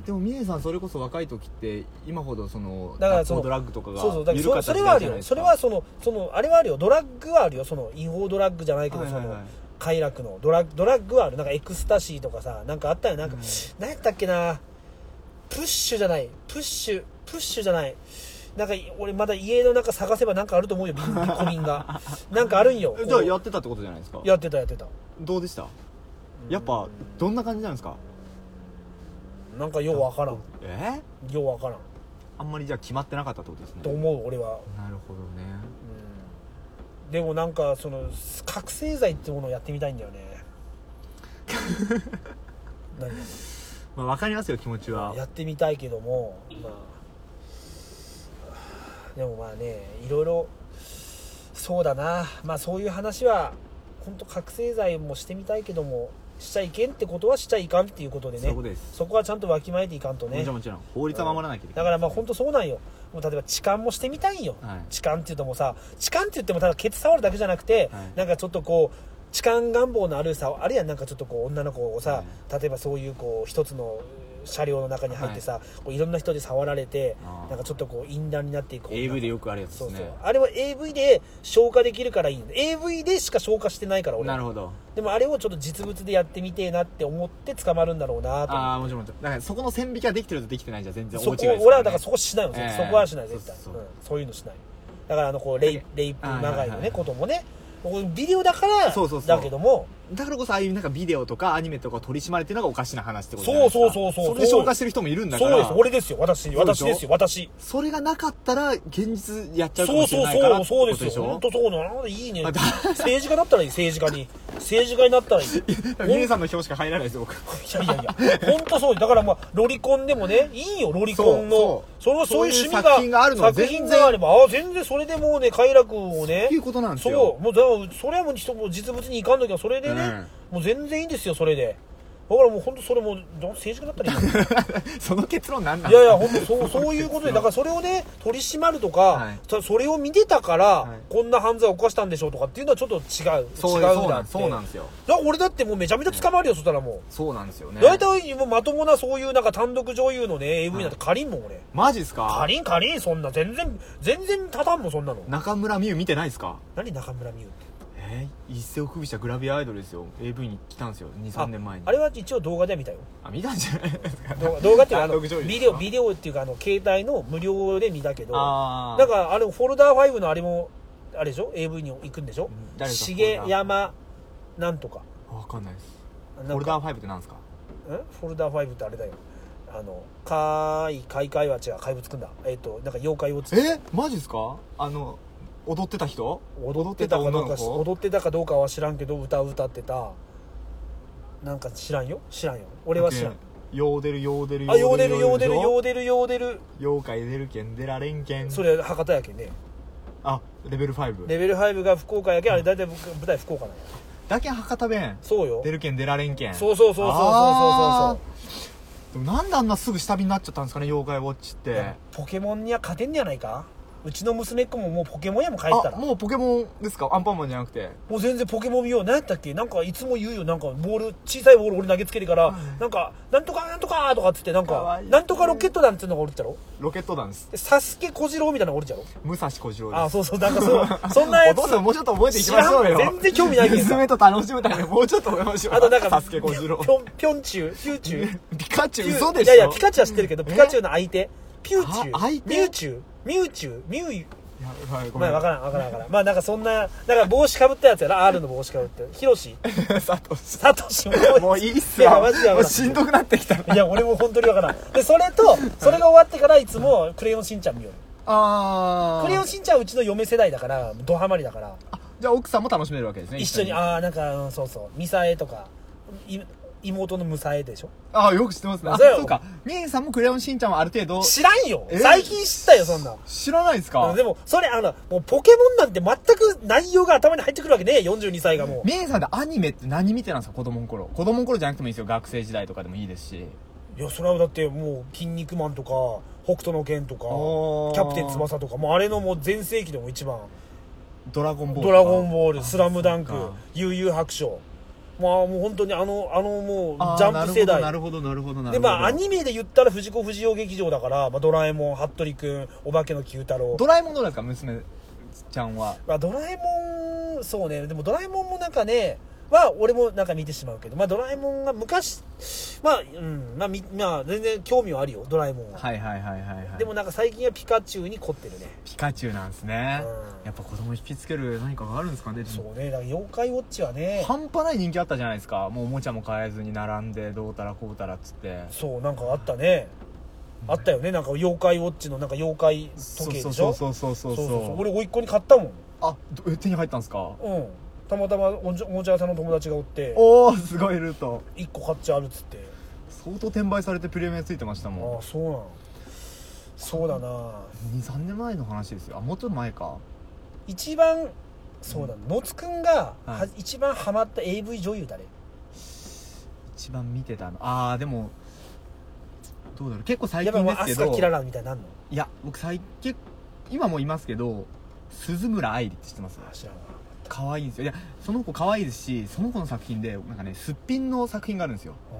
Speaker 1: でもミネさんそれこそ若い時って今ほどその
Speaker 2: だから
Speaker 1: 学
Speaker 2: そ
Speaker 1: 校
Speaker 2: の
Speaker 1: ドラッグとか
Speaker 2: そうそう
Speaker 1: が
Speaker 2: だから
Speaker 1: 緩かった
Speaker 2: そそれ
Speaker 1: 時
Speaker 2: はあ
Speaker 1: 代
Speaker 2: る
Speaker 1: じゃない
Speaker 2: よ
Speaker 1: です
Speaker 2: そ
Speaker 1: か
Speaker 2: れはそのそのあれはあるよドラッグはあるよその違法ドラッグじゃないけど、
Speaker 1: はいはい
Speaker 2: そ
Speaker 1: はい
Speaker 2: の快楽のドラッグドラッグはあるなんかエクスタシーとかさなんかあったよなんか、
Speaker 1: うん
Speaker 2: なんやったっけなプッシュじゃないプッシュプッシュじゃないなんか俺まだ家の中探せばなんかあると思 うよビンビンコミンがなんかあるんよ
Speaker 1: えじゃあ
Speaker 2: こう
Speaker 1: やってたってことじゃないですか
Speaker 2: やってたやってた
Speaker 1: どうでしたやっぱどんな感じなんですか
Speaker 2: なんかようわからん
Speaker 1: え
Speaker 2: ようわからん
Speaker 1: あんまりじゃあ決まってなかったってことですね
Speaker 2: と思う俺は、
Speaker 1: なるほどね
Speaker 2: うん、でもなんかその覚醒剤ってものをやってみたいんだよね 何
Speaker 1: まあ分かりますよ気持ちは
Speaker 2: やってみたいけどもまあでもまあねいろいろそうだなまあそういう話は本当覚醒剤もしてみたいけどもしちゃいけんってことはしちゃいかんっていうことで
Speaker 1: そうい
Speaker 2: ね
Speaker 1: うことです
Speaker 2: そこはちゃんとわきまえていかんと
Speaker 1: もち
Speaker 2: ね
Speaker 1: ろんもちろん法律は守らなきゃいけな
Speaker 2: だ
Speaker 1: い
Speaker 2: からまあ本当そうなんよもう例えば痴漢もしてみたいんよ、
Speaker 1: はい
Speaker 2: 痴漢って言うともうさ痴漢って言ってもただケツ触るだけじゃなくて、
Speaker 1: はい
Speaker 2: なんかちょっとこう痴漢願望のあるさあるいはなんかちょっとこう女の子をさ、
Speaker 1: はい
Speaker 2: 例えばそういうこう一つの車両の中に入ってさ、こういろんな人で触られて
Speaker 1: あー
Speaker 2: なんかちょっとこう淫乱になっていく
Speaker 1: AV でよくあるやつで
Speaker 2: そう
Speaker 1: す
Speaker 2: そう
Speaker 1: ね
Speaker 2: あれは AV で消化できるからいいんだ AV でしか消化してないから俺
Speaker 1: な
Speaker 2: は
Speaker 1: るほど
Speaker 2: でもあれをちょっと実物でやってみてえなって思って捕まるんだろうなと
Speaker 1: ああもちろんもちろんだからそこの線引きができてるとできてないじゃ全然大違
Speaker 2: そ
Speaker 1: いで
Speaker 2: こ
Speaker 1: すらね
Speaker 2: 俺はだからそこしないもん、
Speaker 1: ええ
Speaker 2: そこはしない絶対
Speaker 1: そ
Speaker 2: そうう、
Speaker 1: そうん
Speaker 2: そういうのしないだからあのこうレイ
Speaker 1: だけ
Speaker 2: レイプ
Speaker 1: あー
Speaker 2: ま
Speaker 1: は
Speaker 2: が
Speaker 1: い
Speaker 2: い
Speaker 1: は
Speaker 2: の
Speaker 1: い
Speaker 2: ねこともねこれビデオだから
Speaker 1: そうそうそう
Speaker 2: だけども
Speaker 1: だからこそああいうなんかビデオとかアニメとかを取り締まれてるのがおかしな話ってことじゃない
Speaker 2: そ
Speaker 1: で
Speaker 2: う
Speaker 1: すか
Speaker 2: そうそうそう
Speaker 1: それで消化してる人もいるんだから
Speaker 2: そうです俺ですよ私
Speaker 1: そうでし
Speaker 2: 私
Speaker 1: ょ
Speaker 2: ですよ私
Speaker 1: それがなかったら現実やっちゃうか
Speaker 2: そ
Speaker 1: も
Speaker 2: う
Speaker 1: しれ
Speaker 2: そう
Speaker 1: ないから
Speaker 2: そうそうです
Speaker 1: って
Speaker 2: よ
Speaker 1: こ
Speaker 2: 本
Speaker 1: と
Speaker 2: 当そうなのいいね
Speaker 1: あだ
Speaker 2: 政治家だったらいい政治家に政治家になったらいい
Speaker 1: でしょ峰さんの表しか入らないですよ僕
Speaker 2: いやいやいや、本当そうよだからまあ、ロリコンでもね、いいよ、ロリコンの。
Speaker 1: そう
Speaker 2: そ
Speaker 1: そう
Speaker 2: のそういう趣味が、
Speaker 1: そういう作品があるのは全然
Speaker 2: 作品があれば、あ全然それでもうね、快楽をね。
Speaker 1: そういうことなんですよ
Speaker 2: そう、もう、だからそれはもう人も実物にいかんときは、それでね、もう全然いいんですよ、それで。だからもう本当それもう、ど政治家だったらいいよ
Speaker 1: その結論なんなん
Speaker 2: いやいや、本当そう、そういうことで、だからそれをね、取り締まるとか、
Speaker 1: はい
Speaker 2: そそれを見てたから、
Speaker 1: はい
Speaker 2: こんな犯罪を犯したんでしょうとかっていうのはちょっと違う。
Speaker 1: そう
Speaker 2: 違
Speaker 1: そうな
Speaker 2: うだ
Speaker 1: ん
Speaker 2: って。
Speaker 1: そうなんですよ
Speaker 2: だから俺だってもうめちゃめちゃ捕まるよ、そしたらもう。
Speaker 1: そうなんですよね
Speaker 2: 大体もうまともなそういうなんか単独女優のね AV なんて借りんもん俺
Speaker 1: マジっすか
Speaker 2: 借りん借りんそんな全然全然立たんもんそんなの
Speaker 1: 中村美優見てないですか
Speaker 2: 何中村美優って
Speaker 1: えー、一世を首したグラビアアイドルですよ AV に来たんですよ23年前に
Speaker 2: あれは一応動画では見たよ
Speaker 1: あ見たんじゃないですか
Speaker 2: 動画動画っていうかあの
Speaker 1: 単独女優ですか
Speaker 2: ビデオビデオっていうかあの携帯の無料で見たけどな
Speaker 1: あ
Speaker 2: んかあれフォルダー5のあれもあれでしょ AV に行くんでしょ
Speaker 1: うん誰ですか
Speaker 2: 重山なんとか
Speaker 1: あ分かんないです
Speaker 2: なん
Speaker 1: フ
Speaker 2: か
Speaker 1: ォルダー5ってなんですか
Speaker 2: んフォルダー5ってあれだよあの「かーいかいかいは違う怪物くんだ」えっ、となんか妖怪をつ
Speaker 1: えマジっすかあの踊ってた人
Speaker 2: 踊ってたかどうかし
Speaker 1: 踊って
Speaker 2: 踊ってたかどうかは知らんけど歌を歌ってたなんか知らんよ知らんよ俺は知らん
Speaker 1: ヨーデルヨーデル
Speaker 2: あヨーデルヨーデル
Speaker 1: ヨ
Speaker 2: ヨーデルヨーデル
Speaker 1: 妖怪出るけん出られんけん
Speaker 2: それ博多やけんね
Speaker 1: あレベル5
Speaker 2: レベル5が福岡やけんあれ大体僕舞台福岡なんや
Speaker 1: だけん博多弁
Speaker 2: そうよ
Speaker 1: 出るけん出られんけん
Speaker 2: そうそうそうそうそうそうそう
Speaker 1: うでもなんであんなすぐ下火になっちゃったんですかね妖怪ウォッチっ
Speaker 2: い
Speaker 1: て
Speaker 2: やポケモンには勝てんじゃないかうちの娘っ子ももうポケモンやもん帰った
Speaker 1: あ
Speaker 2: らも
Speaker 1: もうポケモンですかアンパンマンじゃなくて
Speaker 2: う全然ポケモン見よう何やったっけなんかいつも言うよなんかボール小さいボール俺投げつけるからなんかなんとかなんとかとかっつってなん
Speaker 1: かわ
Speaker 2: か
Speaker 1: いい
Speaker 2: なんとかロケットなんていうのがおるっちゃろ
Speaker 1: ロケット団です
Speaker 2: でサスケ小次郎みたいなのがおるじゃろ
Speaker 1: 武蔵小次郎です
Speaker 2: あそうそうなんかそうそんなや
Speaker 1: お
Speaker 2: つ
Speaker 1: 父さんもうちょっと覚えていきましょうよ
Speaker 2: 知らん全然興味ないけどさ
Speaker 1: 娘と楽しむためにもうちょっと覚えましょう
Speaker 2: あとなんか
Speaker 1: サスケ小次郎
Speaker 2: ぴょんぴょんちゅうピューチュー
Speaker 1: ピカチ
Speaker 2: ピ
Speaker 1: ュウ
Speaker 2: ュー
Speaker 1: 嘘でし
Speaker 2: い
Speaker 1: ょ
Speaker 2: やいやピカチュウは知ってるけどピカチュウの相手ピューチュ
Speaker 1: あ
Speaker 2: ー
Speaker 1: 相手
Speaker 2: ミューチューミューチューミュー
Speaker 1: いやはいご
Speaker 2: ま
Speaker 1: め
Speaker 2: あ
Speaker 1: ん
Speaker 2: 分からん分からん分からんまあなんかそんななんか帽子かぶったやつやな R の帽子かぶってヒロシ
Speaker 1: 佐藤さ
Speaker 2: サトシも
Speaker 1: んもういいっす
Speaker 2: いや
Speaker 1: わ
Speaker 2: マジで分
Speaker 1: もう
Speaker 2: からん
Speaker 1: しんどくなってきた
Speaker 2: いや俺も本当に分からんでそれとそれが終わってからいつも「クレヨンしんちゃん」見よう
Speaker 1: あー
Speaker 2: クレヨンしんちゃんはうちの嫁世代だからドハマりだから
Speaker 1: あじゃあ奥さんも楽しめるわけですね
Speaker 2: 一緒に
Speaker 1: あ
Speaker 2: ああなんかうんそうそうミサエとかい妹のムサエでしょ
Speaker 1: あーよく知ってますねあ
Speaker 2: そうよ
Speaker 1: そうかみえさんも「クレヨンしんちゃん」はある程度
Speaker 2: 知らんよ
Speaker 1: え
Speaker 2: 最近知ったよそんなん
Speaker 1: 知らないですか
Speaker 2: でもそれあのもうポケモンなんて全く内容が頭に入ってくるわけねえ42歳がもう
Speaker 1: みえさんってアニメって何見てたんですか子供の頃子供の頃じゃなくてもいいですよ学生時代とかでもいいですし
Speaker 2: いやそれはだってもう「筋肉マン」とか「北斗の拳」とか
Speaker 1: おー
Speaker 2: 「キャプテン翼」とかもうあれのもう全盛期でも一番
Speaker 1: 「ドラゴン
Speaker 2: 「
Speaker 1: ボール」
Speaker 2: ドラゴンボール」「スラムダンク
Speaker 1: そっか」
Speaker 2: 「悠々白書」まあもう本当にあのあのもう
Speaker 1: あー
Speaker 2: ジャンプ世代
Speaker 1: なるほどなるほどなるほどなるほど
Speaker 2: でまあアニメで言ったら藤子不二雄劇場だから、まあ、ドラえもん服部くんお化けの Q 太郎
Speaker 1: ドラえもんどうなんですか娘ちゃんは
Speaker 2: まあ、ドラえもんそうねでもドラえもんもなんかねは俺もなんか見てしまうけどまあドラえもんが昔まあうんまあ、みまあ、全然興味はあるよドラえもんは、
Speaker 1: はいはいはいはい、はい、
Speaker 2: でもなんか最近はピカチュウに凝ってるね
Speaker 1: ピカチュウなんですね、
Speaker 2: うん
Speaker 1: やっぱ子供引きつける何かがあるんですかね
Speaker 2: そうねだから妖怪ウォッチはね
Speaker 1: 半端ない人気あったじゃないですかもうおもちゃも買えずに並んでどうたらこうたらっつって
Speaker 2: そうなんかあったねあったよねなんか妖怪ウォッチのなんか妖怪時計でし
Speaker 1: そ
Speaker 2: ょ
Speaker 1: うそうそうそうそう
Speaker 2: そ
Speaker 1: そう
Speaker 2: う
Speaker 1: そ
Speaker 2: そうそう
Speaker 1: う
Speaker 2: 俺甥っ子に買ったもん
Speaker 1: あどえ手に入ったんですか
Speaker 2: うんたまたまおもちゃおもちゃ屋さんの友達がおって
Speaker 1: おおすごいルート
Speaker 2: 1個買っちゃあるっつって
Speaker 1: 相当転売されてプレミアついてました
Speaker 2: あ
Speaker 1: も
Speaker 2: あそうなんそうだな
Speaker 1: う23年前の話ですよあもうちょっと前か
Speaker 2: 一番そうだ野津くんが、
Speaker 1: はい
Speaker 2: は一番ハマった AV 女優誰
Speaker 1: 一番見てたのああでもどうだろう結構最
Speaker 2: やっぱ
Speaker 1: 近
Speaker 2: も
Speaker 1: ですけ
Speaker 2: う飛
Speaker 1: ど
Speaker 2: 鳥キララみたいになんの
Speaker 1: いや僕最近今もいますけど鈴村愛理って知ってます
Speaker 2: あ知らんわ
Speaker 1: 可愛いんですよいやその子可愛いですしその子の作品でなんかねすっぴんの作品があるんですよ
Speaker 2: あ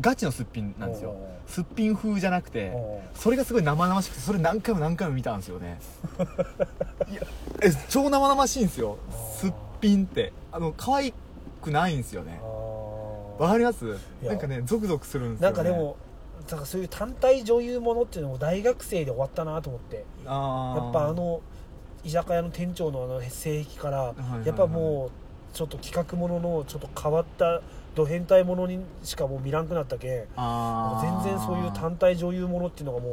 Speaker 1: ガチのすっぴんなんですよ
Speaker 2: おう
Speaker 1: すっぴん風じゃなくて
Speaker 2: おう
Speaker 1: それがすごい生々しくてそれ何回も何回も見たんですよ ねいやえ超生々しいんですよすっぴんってあの可愛くないんですよね
Speaker 2: あ
Speaker 1: わかります
Speaker 2: い
Speaker 1: な
Speaker 2: や
Speaker 1: んかねゾクゾクするんで
Speaker 2: ー
Speaker 1: すよ、
Speaker 2: なん
Speaker 1: ね、
Speaker 2: かでもなんかそういう単体女優ものっていうのも大学生で終わったなと思って
Speaker 1: あ
Speaker 2: や
Speaker 1: ー
Speaker 2: っぱあの居酒屋の店長のあの性癖から、
Speaker 1: いはいはい
Speaker 2: やっぱもうちょっと企画もののちょっと変わったド変態ものにしかもう見らんくなったけ
Speaker 1: あー
Speaker 2: 全然そういう単体女優ものっていうのがもう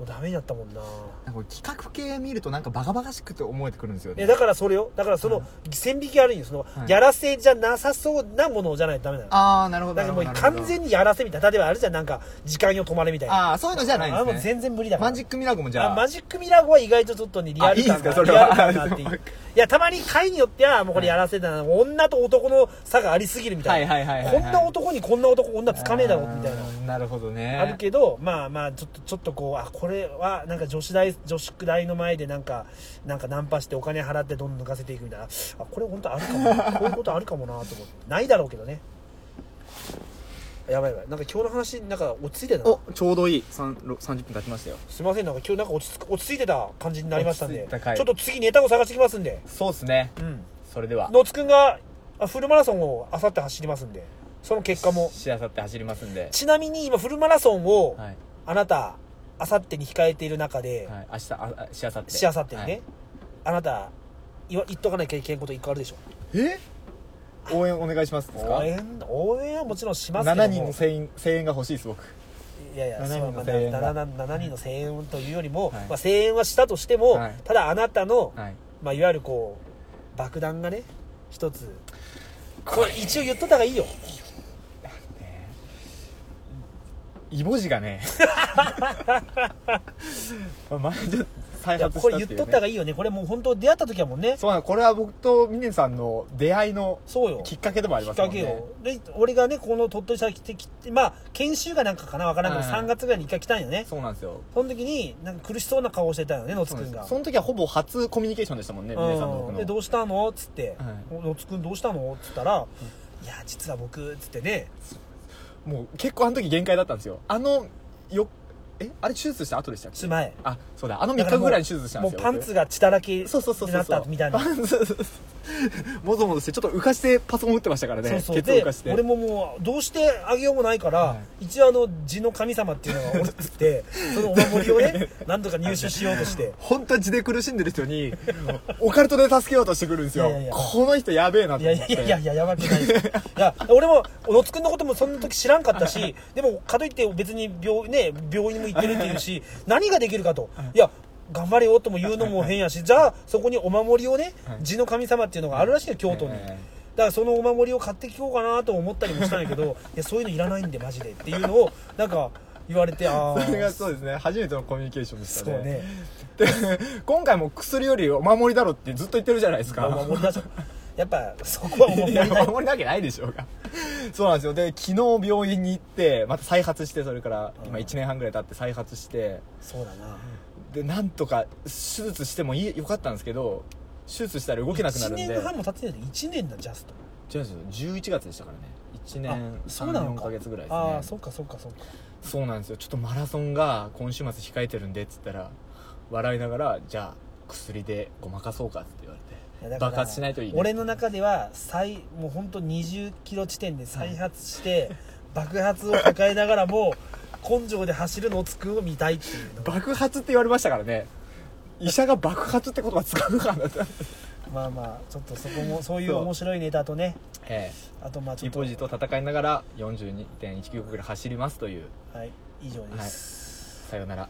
Speaker 2: もうダメになったもんな
Speaker 1: なんか企画系見るとなんかバカバカしくて思えてくるんですよ
Speaker 2: え
Speaker 1: ね
Speaker 2: だからそれよだからその線引きあるんよその
Speaker 1: はい
Speaker 2: やらせじゃなさそうなものじゃないとダメなの
Speaker 1: ああなるほど
Speaker 2: だからもう
Speaker 1: なるほどなるほ
Speaker 2: 完
Speaker 1: ど
Speaker 2: 全にやらせみたいな例えばあるじゃんなんか時間よ止まれみたいな
Speaker 1: ああそういうのじゃないん
Speaker 2: あれも
Speaker 1: で
Speaker 2: う
Speaker 1: すね
Speaker 2: 全然無理だから
Speaker 1: マジックミラゴもじゃ
Speaker 2: あ
Speaker 1: あ
Speaker 2: マジックミラーゴは意外とちょっとねリアル
Speaker 1: あいいん
Speaker 2: 感
Speaker 1: すか
Speaker 2: が
Speaker 1: それ
Speaker 2: リア
Speaker 1: は
Speaker 2: ル感があっていい
Speaker 1: そう
Speaker 2: いやたまに回によってはもうこれやらせだな、女と男の差がありすぎるみたいな、
Speaker 1: はいはいはいはいはい
Speaker 2: こんな男にこんな男女つかねえだろみたいな
Speaker 1: あーなるほどね
Speaker 2: あるけどまあまあちょっとちょっとこうあこれはなんか女子大女子大の前でなんかなんかナンパしてお金払ってどんどん抜かせていくみたいなあこれ本当ある かもこういうことあるかもなと思ってないだろうけどねやばいやばいなんか今日の話なんか落ち着いてたな
Speaker 1: おちょうどいい三ろ30分経ちましたよ
Speaker 2: すいませんなんか今日なんか落ち着く落ち着いてた感じになりましたん
Speaker 1: 落
Speaker 2: で
Speaker 1: ち着いた回
Speaker 2: ちょっと次ネタを探してきますんで
Speaker 1: そうっすね
Speaker 2: うん
Speaker 1: それでは
Speaker 2: 野津くんがあフルマラソンをあさって走りますんでその結果も
Speaker 1: しあさって走りますんで
Speaker 2: ちなみに今フルマラソンを
Speaker 1: はい、
Speaker 2: あなたあさってに控えている中で、
Speaker 1: はい、明日ああしあさって
Speaker 2: しあさってにね、あなた言わ言っとかなきゃいけないこと一個あるでしょ
Speaker 1: はいえ応援お願いしますですか
Speaker 2: 応援応援はもちろんしますけども
Speaker 1: 7人の声援声援が欲しいです僕
Speaker 2: いやいや
Speaker 1: 7
Speaker 2: そ
Speaker 1: 人
Speaker 2: う
Speaker 1: の
Speaker 2: まあ
Speaker 1: 声援が
Speaker 2: ななな7人の声援というよりも、
Speaker 1: はい
Speaker 2: まあ、声援はしたとしても、
Speaker 1: はい
Speaker 2: ただあなたの、
Speaker 1: はい
Speaker 2: まあ、いわゆるこう爆弾がね一つこれ一応言っとった方がいいよ
Speaker 1: イボジがね まあ前ちょっと再
Speaker 2: いや
Speaker 1: 発した
Speaker 2: こ
Speaker 1: って
Speaker 2: れ
Speaker 1: いう、ね、
Speaker 2: 言っとった方がいいよねこれもう本当出会った時はもうね
Speaker 1: そうなのこれは僕と峰さんの出会いの
Speaker 2: そうよ
Speaker 1: きっかけでもあり
Speaker 2: き
Speaker 1: ま
Speaker 2: っ
Speaker 1: すも
Speaker 2: か
Speaker 1: ん
Speaker 2: け
Speaker 1: ね
Speaker 2: よで俺がねこの鳥取さん来て来てまあ研修がなんかかなわからんけど、
Speaker 1: はいはい
Speaker 2: 3月ぐらいに一回来たんよね
Speaker 1: そうなんですよ
Speaker 2: その時になんか苦しそうな顔をしてたよね野津
Speaker 1: そう
Speaker 2: く
Speaker 1: なんで
Speaker 2: ん
Speaker 1: す
Speaker 2: が
Speaker 1: よその時はほぼ初コミュニケーションでしたもんね峰さんの
Speaker 2: う
Speaker 1: 僕
Speaker 2: ん、
Speaker 1: の
Speaker 2: でどうしたのっつって
Speaker 1: は
Speaker 2: 「野津くんどうしたの?」っつったら「いや実は僕」っつってね
Speaker 1: もう結構あの時限界だったんですよあのよえあれ手術した後でしたっけ
Speaker 2: つまえ
Speaker 1: あそうだあの3日ぐらいに手術したん
Speaker 2: も
Speaker 1: で
Speaker 2: う
Speaker 1: すよ
Speaker 2: パンツ
Speaker 1: 僕
Speaker 2: が血だらけに
Speaker 1: そうそうそう そう
Speaker 2: なったみたいな
Speaker 1: パンツもぞもぞしてちょっと浮かしてパソコン打ってましたからね
Speaker 2: そうそう
Speaker 1: ケツを浮
Speaker 2: で
Speaker 1: かして
Speaker 2: 俺ももうどうしてあげようもないから、
Speaker 1: は
Speaker 2: 一応あの地の神様っていうのがおるっつってそのお守り をね何とか入手しようとして
Speaker 1: 本当は血で苦しんでる人にオカルトで助けようとしてくるんですよ
Speaker 2: いやいやいや
Speaker 1: この人やべえなと
Speaker 2: い
Speaker 1: 思
Speaker 2: や
Speaker 1: っ
Speaker 2: いや
Speaker 1: て
Speaker 2: いやいややばくないですいや俺も野津くんのこともその時知らんかったしでもかといって別に病,、ね、病院にも行ってるっていうし何ができるかといや頑張れよとも言うのも変やしじゃあそこにお守りをね
Speaker 1: はい
Speaker 2: 地の神様っていうのがあるらしいよ京都に
Speaker 1: ええ
Speaker 2: だからそのお守りを買ってきようかなと思ったりもしたんやけどいやそういうのいらないんでマジでっていうのをなんか言われてああ
Speaker 1: それがそうですね初めてのコミュニケーションでした
Speaker 2: そう
Speaker 1: ね
Speaker 2: ね
Speaker 1: で今回も薬よりお守りだろってずっと言ってるじゃないですか
Speaker 2: お守りだぞやっぱそこはお守
Speaker 1: い
Speaker 2: り
Speaker 1: や
Speaker 2: だよ
Speaker 1: 守りなわけないでしょうがそうなんですよで昨日病院に行ってまた再発してそれから今1年半ぐらい経って再発して
Speaker 2: そうだな
Speaker 1: でなんとか手術してもいいよかったんですけど手術したら動けなくなるんで
Speaker 2: 1年半も経ってないで1年だジャスト
Speaker 1: 違うんですよ11月でしたからね1年
Speaker 2: あそうなの
Speaker 1: 34
Speaker 2: か
Speaker 1: か月ぐらいですね
Speaker 2: ああそうかそうかそうか
Speaker 1: そうなんですよちょっとマラソンが今週末控えてるんでっつったら笑いながらじゃあ薬でごまかそうかって言わ
Speaker 2: いや
Speaker 1: れ
Speaker 2: だ
Speaker 1: て
Speaker 2: から
Speaker 1: 爆発しないといいね
Speaker 2: 俺の中では最もう本当20キロ地点で再発して、 爆発を抱えながらも根性で走るのをつくを見たいっていうの
Speaker 1: 爆発って言われましたからね医者が爆発ってことが使うかなって、
Speaker 2: まあまあちょっとそこもそういう
Speaker 1: そう
Speaker 2: 面白いネタとね
Speaker 1: ええ
Speaker 2: あとまあちょ
Speaker 1: イ
Speaker 2: っと
Speaker 1: ポジと戦いながら42.195キロ走りますという
Speaker 2: はい以上です、
Speaker 1: さよなら